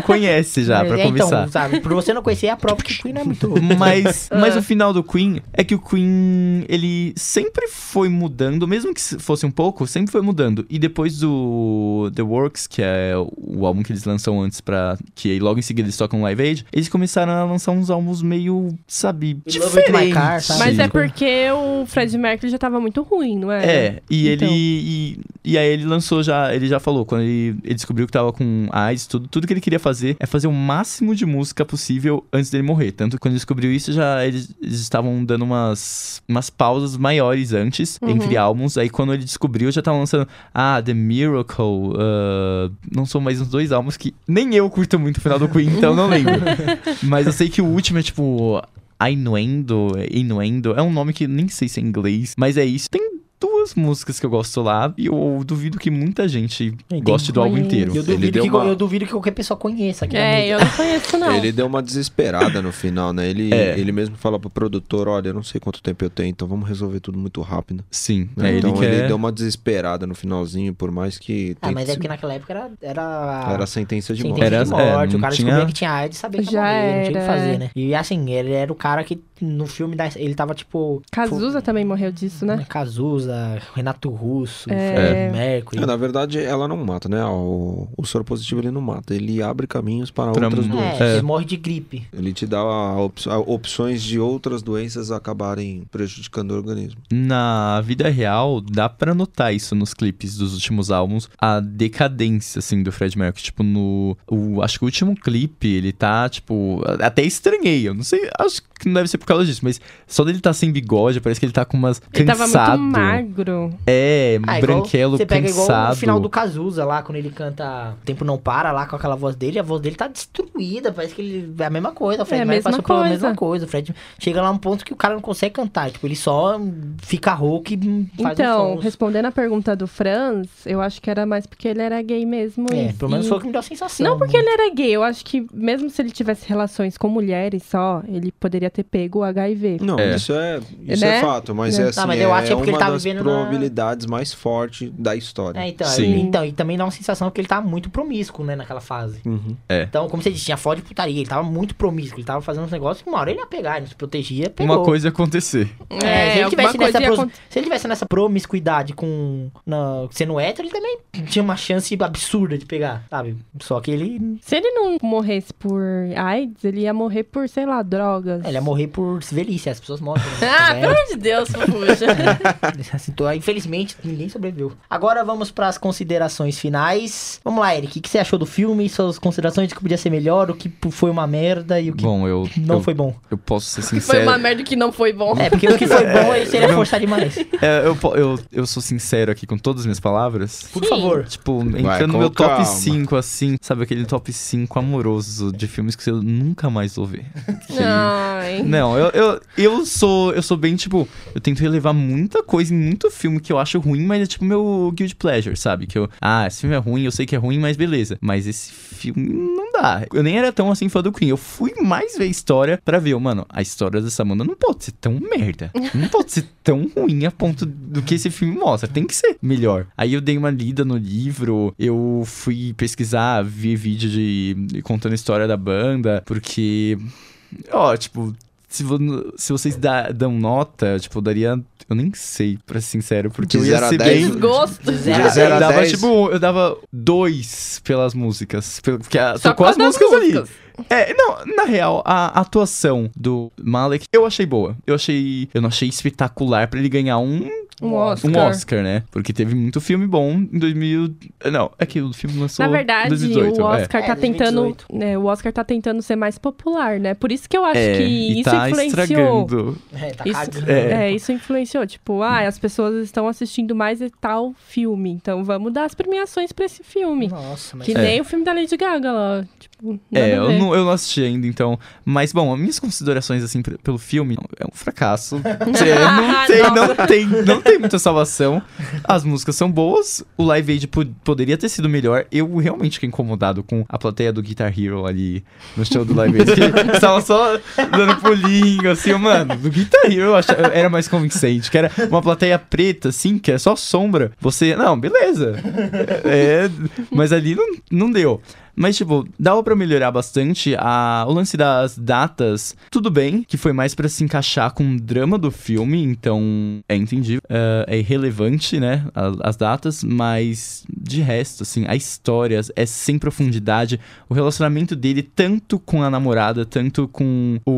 conhece já, pra é, começar. então, sabe? Por você não conhecer é a prova que Queen não é muito. Mas, Ah. mas o final do Queen é que o Queen, ele sempre foi mudando, mesmo que fosse um pouco, sempre foi mudando. E depois do The Works, que é o álbum que eles lançam antes pra. que logo em seguida eles tocam Live Aid, eles começaram a lançar uns álbuns meio, sabe, Love It My Car, diferentes. sabe? Mas Sim. é porque o Fred Mercury já tava muito ruim, não é? É, e Então. ele. E, e aí ele lançou já. Ele já falou, quando ele, ele descobriu que tava com AIDS, tudo, tudo que ele queria fazer é fazer o máximo de música possível antes dele morrer. Tanto que quando ele descobriu isso, já eles, eles estavam dando umas, umas pausas maiores antes, Uhum. entre álbuns. Aí quando ele descobriu, já tava lançando. Ah, The Miracle. ah, não são mais uns dois álbuns que nem eu curto muito o final do Queen, então não lembro. Mas eu sei que o último é tipo. Ainuendo, Inuendo, é um nome que nem sei se é em inglês, mas é isso. Tem du- duas músicas que eu gosto lá e eu duvido que muita gente tem goste do álbum conhece. inteiro. Eu Ele duvido, deu que, uma- eu duvido que qualquer pessoa conheça aqui É, eu não conheço, não. Ele deu uma desesperada no final, né? Ele, É. ele mesmo fala pro produtor, olha, eu não sei quanto tempo eu tenho, então vamos resolver tudo muito rápido. Sim, né? é, ele então quer... ele deu uma desesperada no finalzinho, por mais que... Ah, tente- mas é porque naquela época era. Era, Era a sentença de sentença morte. Era- de né? é, morte. não o cara tinha- descobria que tinha AIDS e sabia que Já ia morrer, não tinha o era. que fazer, né? E assim, ele era o cara que no filme da. Ele tava tipo. Cazuza também morreu disso, né? Cazuza, Renato Russo, É. Fred Mercury. É, na verdade, ela não mata, né? O, o soro positivo ele não mata, ele abre caminhos para Pra outras mu- doenças. É, ele morre de gripe. Ele te dá a op- a opções de outras doenças acabarem prejudicando o organismo. Na vida real, dá pra notar isso nos clipes dos últimos álbuns, a decadência, assim, do Fred Mercury. Tipo, no. o- acho que o último clipe, ele tá, tipo. a- Até estranhei. Eu não sei. Acho que não deve ser por causa disso, mas só dele tá sem bigode, parece que ele tá com umas. Ele tava muito Cansado. magro. é, Ah, igual- branquelo, Você pega cansado. igual o final do Cazuza lá, quando ele canta O Tempo Não Para lá com aquela voz dele, a voz dele tá destruída, parece que ele é a mesma coisa, o Fred É a Mercury mesma passou pela coisa. mesma coisa. O Fred chega lá um ponto que o cara não consegue cantar, tipo, ele só fica rouco e hum, faz Então, um som. respondendo a pergunta do Franz, eu acho que era mais porque ele era gay mesmo. É, e- pelo menos e- foi o que me deu a sensação. Não porque ele era gay, eu acho que mesmo se ele tivesse relações com mulheres só, ele poderia ter pego o HIV. Não, É. isso é, isso Né? é fato, mas Né? é Tá, assim, mas eu é, acho que é porque uma ele tá das vivendo na- probabilidades mais fortes da história. É, então, Sim. ele- então, e também dá uma sensação que ele tá muito promíscuo, né, naquela fase. Uhum. Então, como você disse, tinha foda de putaria, ele tava muito promíscuo, ele tava fazendo uns negócios que uma hora ele ia pegar, ele não se protegia, pegou. Uma coisa ia acontecer. É, se, ele alguma tivesse coisa nessa ia pros- acontecer. se ele tivesse nessa promiscuidade com na- sendo hétero, ele também tinha uma chance absurda de pegar, sabe? Só que ele, Se ele não morresse por AIDS, ele ia morrer por, sei lá, drogas. ele ia morrer por velhice, as pessoas morrem. né? Ah, Velho. pelo amor de Deus, Fufuja. Assim, tô- Infelizmente, ninguém sobreviveu. Agora vamos pras considerações finais. Vamos lá, Eric, o que você achou do filme? Suas considerações do que podia ser melhor, o que p- foi uma merda e o que Bom, eu. não eu, foi bom. eu posso ser Que foi sincero. uma merda que não foi bom. É, porque o que foi bom ele seria forçar demais. É, eu, po- eu, eu sou sincero aqui com todas as minhas palavras. Por favor. Tipo, Vai, entrando no com meu top calma. 5, assim, sabe aquele top 5 amoroso de filmes que eu nunca mais vou ver. Que- Ai. Não, eu, eu, eu sou. Eu sou bem, tipo, eu tento relevar muita coisa em muito filme que eu acho ruim, mas é tipo meu Guild Pleasure, sabe? Que eu. Ah, esse filme é ruim, eu sei que é ruim, mas beleza. Mas esse filme não dá. Eu nem era tão assim fã do Queen. Eu fui mais ver a história pra ver, "Oh, mano, a história dessa banda não pode ser tão merda. Não pode ser tão ruim a ponto do que esse filme mostra. Tem que ser melhor. Aí eu dei uma lida no livro, eu fui pesquisar, vi vídeo de contando a história da banda, porque. Ó, tipo, se, vo- se vocês dá- dão nota, tipo, eu daria. Eu nem sei, pra ser sincero, porque De eu zero ia a ser dez? bem. Desgosto. Zero. De zero eu a dava, dez. tipo, eu dava dois pelas músicas. pelo- Porque a, Só são por causa das quase músicas, ali. músicas. É, não, na real, a atuação do Malek eu achei boa. Eu achei. Eu não achei espetacular pra ele ganhar um, Um Oscar. um Oscar, né? Porque teve muito filme bom em 2000. Não, é que o filme lançou Na em verdade, o 2018, é. Oscar É, tá tentando, 2018. né, o Oscar tá tentando ser mais popular, né? Por isso que eu acho É, que e isso tá influenciou. estragando. É, tá Isso, cagando. é. isso influenciou. Tipo, ah, as pessoas estão assistindo mais e tal filme. Então vamos dar as premiações pra esse filme. Nossa, mas Que nem o filme da Lady Gaga lá. Tipo, nada É, a eu ver. não, eu não assisti ainda, então. Mas, bom, minhas considerações, assim, pre- pelo filme, é um fracasso. Ah, É, não, tem, não, tem, não tem muita salvação. As músicas são boas. O Live Aid po- poderia ter sido melhor. Eu realmente fiquei incomodado com a plateia do Guitar Hero ali no show do Live Aid. que Estavam só dando pulinho, assim, mano. Do Guitar Hero eu achava, era mais convincente. Que era uma plateia preta, assim, que era só sombra. Você, não, beleza. É, mas ali não, não deu. Mas, tipo, dava pra melhorar bastante. A, o lance das datas, tudo bem, que foi mais pra se encaixar com o drama do filme, então é entendível. É, é irrelevante, né? a- as datas, mas de resto, assim, a história é sem profundidade. O relacionamento dele, tanto com a namorada, tanto com o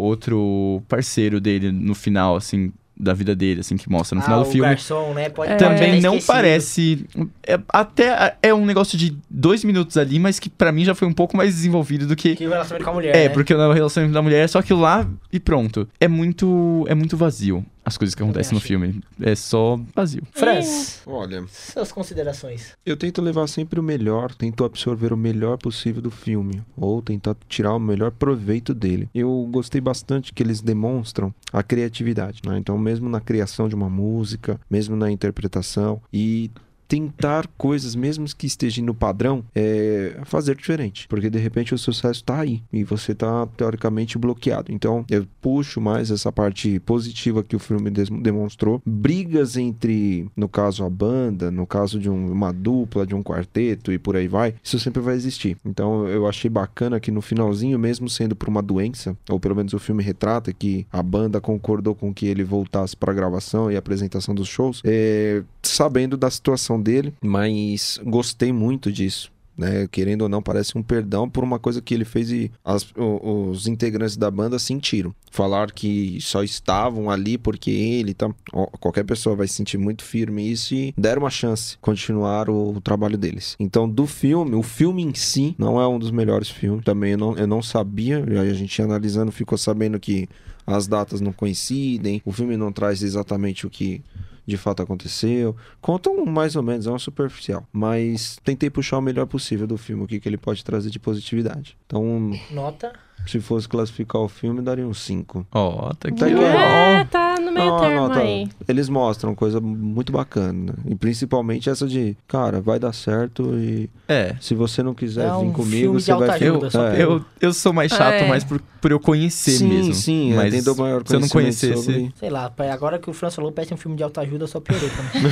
outro parceiro dele no final, assim, da vida dele, assim, que mostra no final ah, do o filme. garçom, né? Pode É. Também pode não esquecido. parece. é- até é um negócio de dois minutos ali, mas que pra mim já foi um pouco mais desenvolvido do que. Que o relacionamento com a mulher, É, né? porque o relacionamento da mulher é só aquilo lá e pronto. É muito. É muito vazio. as coisas que acontecem no acho. filme. É só vazio. Franz, Olha, É. suas considerações. eu tento levar sempre o melhor, tento absorver o melhor possível do filme, ou tentar tirar o melhor proveito dele. Eu gostei bastante que eles demonstram a criatividade, né? Então, mesmo na criação de uma música, mesmo na interpretação, e tentar coisas, mesmo que estejam no padrão, é fazer diferente. Porque de repente o sucesso tá aí e você tá teoricamente bloqueado. Então eu puxo mais essa parte positiva que o filme des- demonstrou. Brigas entre, no caso, a banda, no caso de um- uma dupla, de um quarteto e por aí vai, isso sempre vai existir. Então eu achei bacana que no finalzinho, mesmo sendo por uma doença, ou pelo menos o filme retrata que a banda concordou com que ele voltasse pra gravação e apresentação dos shows, é, sabendo da situação dele, mas gostei muito disso. Né, querendo ou não, parece um perdão por uma coisa que ele fez e as- o- os integrantes da banda sentiram. Falar que só estavam ali porque ele tá. ó, Qualquer pessoa vai sentir muito firme isso e deram uma chance, continuar o, o trabalho deles. Então, do filme, o filme em si não é um dos melhores filmes. Também eu não, eu não sabia, e aí a gente analisando ficou sabendo que as datas não coincidem, o filme não traz exatamente o que de fato aconteceu. Contam mais ou menos, é uma superficial. Mas tentei puxar o melhor possível do filme, o que, que ele pode trazer de positividade. Então, Nota. se fosse classificar o filme, daria um 5. Ó, tá aqui. Tá aqui, É, tá no meio termo aí. Eles mostram coisa muito bacana. né? E principalmente essa de, cara, vai dar certo e É. se você não quiser É vir um comigo, filme de você vai autoajuda, ficar- só é. Eu, eu sou mais chato, É. mas por, por eu conhecer Sim, mesmo. sim, mas é, tendo o maior se eu não conhecimento conhecesse- sobre- Sei lá, pai, agora que o Franz falou, parece um filme de autoajuda, eu só piorei também.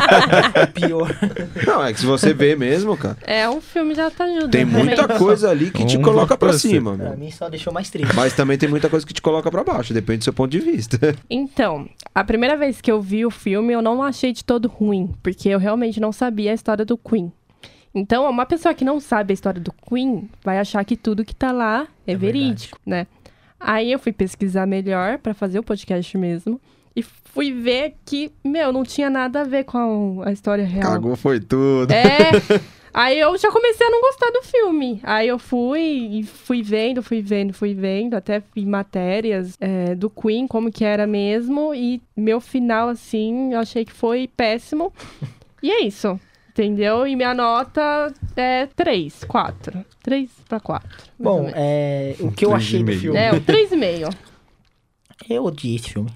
Pior. Não, é que se você vê mesmo, cara, É um filme de autoajuda. tem muita coisa ali que te Um coloca pra pra você. cima. Pra meu. mim só deixou mais triste. Mas também tem muita coisa que te coloca pra baixo, depende do seu ponto de vista. Então, a primeira vez que eu vi o filme, eu não achei de todo ruim, porque eu realmente não sabia a história do Queen. Então, uma pessoa que não sabe a história do Queen vai achar que tudo que tá lá é, É verídico, né? Aí eu fui pesquisar melhor pra fazer o podcast mesmo e fui ver que, meu, não tinha nada a ver com a história real. Cagou foi tudo. um É. Aí eu já comecei a não gostar do filme. Aí eu fui e fui vendo, fui vendo, fui vendo, até vi matérias é, do Queen, como que era mesmo. E meu final, assim, eu achei que foi péssimo. E é isso. Entendeu? E minha nota é 3, 4. 3 pra 4. Bom, é, o que eu Três e achei do meio. filme. é, o 3,5. Eu odiei esse filme.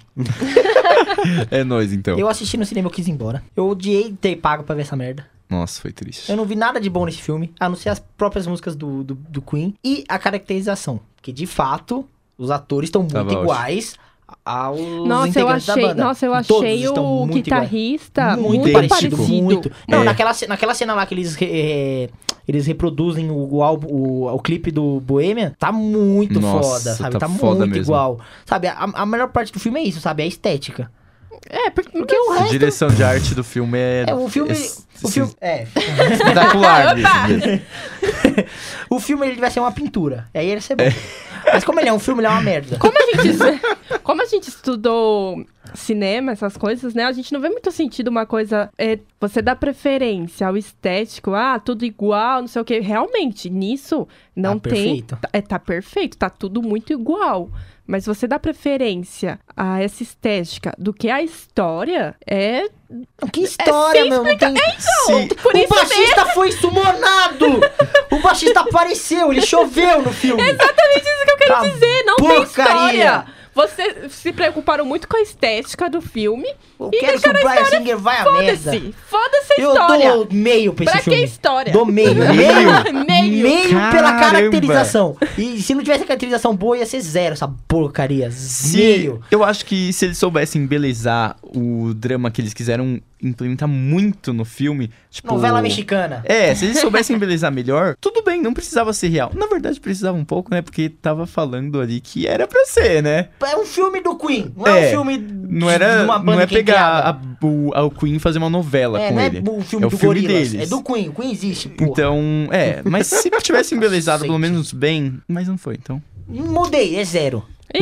É nóis, então. Eu assisti no cinema, eu quis ir embora. Eu odiei ter pago pra ver essa merda. Nossa, foi triste. Eu não vi nada de bom nesse filme, a não ser as próprias músicas do, do, do Queen e a caracterização. Porque, de fato, os atores estão muito Tava ótimo. iguais aos Nossa, eu integrantes da achei, banda. nossa, eu Todos achei estão o muito iguais. guitarrista Tá, muito, idêntico. parecido. Muito. Não, É. naquela, ce- naquela cena lá que eles, re- é, eles reproduzem o, o álbum, o, o clipe do Bohemian, tá muito Nossa, foda, sabe? tá Tá, foda muito mesmo. igual. Sabe, a, a melhor parte do filme é isso, sabe? É a estética. É, porque, Porque o A resto... direção de arte do filme é. É, o filme... é o filme... É. Espetacular. bicho. O filme, ele vai ser uma pintura. Aí ele vai ser bom. Mas como ele é um filme, ele é uma merda. Como a gente, como a gente estudou cinema, essas coisas, né? A gente não vê muito sentido uma coisa. é, você dá preferência ao estético, ah, tudo igual, não sei o quê. Realmente, nisso não Tá tem. perfeito. Tá- É, tá perfeito, tá tudo muito igual. Mas você dá preferência a essa estética do que a história é. Que história, meu. Não tem... Sim. Por o isso baixista foi sumonado! o baixista apareceu, ele choveu no filme. exatamente isso que eu quero Tá dizer, não tem porcaria. história! Vocês se preocuparam muito com a estética do filme. Eu E quero que o deixaram a Brian Singer vai a merda. Foda-se! Foda-se a Eu história! dou meio pra esse Pra que filme. história? Dou meio. Meio? Meio. Meio pela Caramba. caracterização. E se não tivesse a caracterização boa, ia ser zero essa porcaria. Se- Meio. Eu acho que se eles soubessem embelezar o drama que eles quiseram implementar muito no filme, tipo. Novela mexicana. É, se eles soubessem embelezar melhor, tudo bem, não precisava ser real. Na verdade, precisava um pouco, né? Porque tava falando ali que era pra ser, né? É um filme do Queen. Não é, É. um filme Não de era. uma banda Não é que é pegar criada. a- o, a- o Queen e fazer uma novela É, com não ele. é o filme É o do filme Gorillaz. deles. É do Queen. Queen existe, pô. Então, é, mas se tivesse embelezado Cacete. pelo menos bem, mas não foi, então. Mudei, é zero.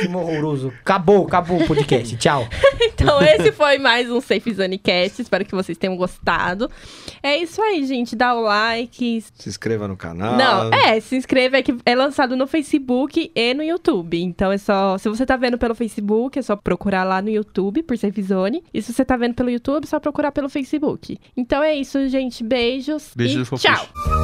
filme é horroroso. Acabou, acabou o podcast. Tchau. Então, esse foi mais um Safe Zone Cast. Espero que vocês tenham gostado. É isso aí, gente. Dá o like. Se inscreva no canal. Não, é, se inscreva. É que é lançado no Facebook e no YouTube. Então, é só. Se você tá vendo pelo Facebook, é só procurar lá no YouTube por Safe Zone. E se você tá vendo pelo YouTube, é só procurar pelo Facebook. Então é isso, gente. Beijos. Beijo, e fofuxo. tchau.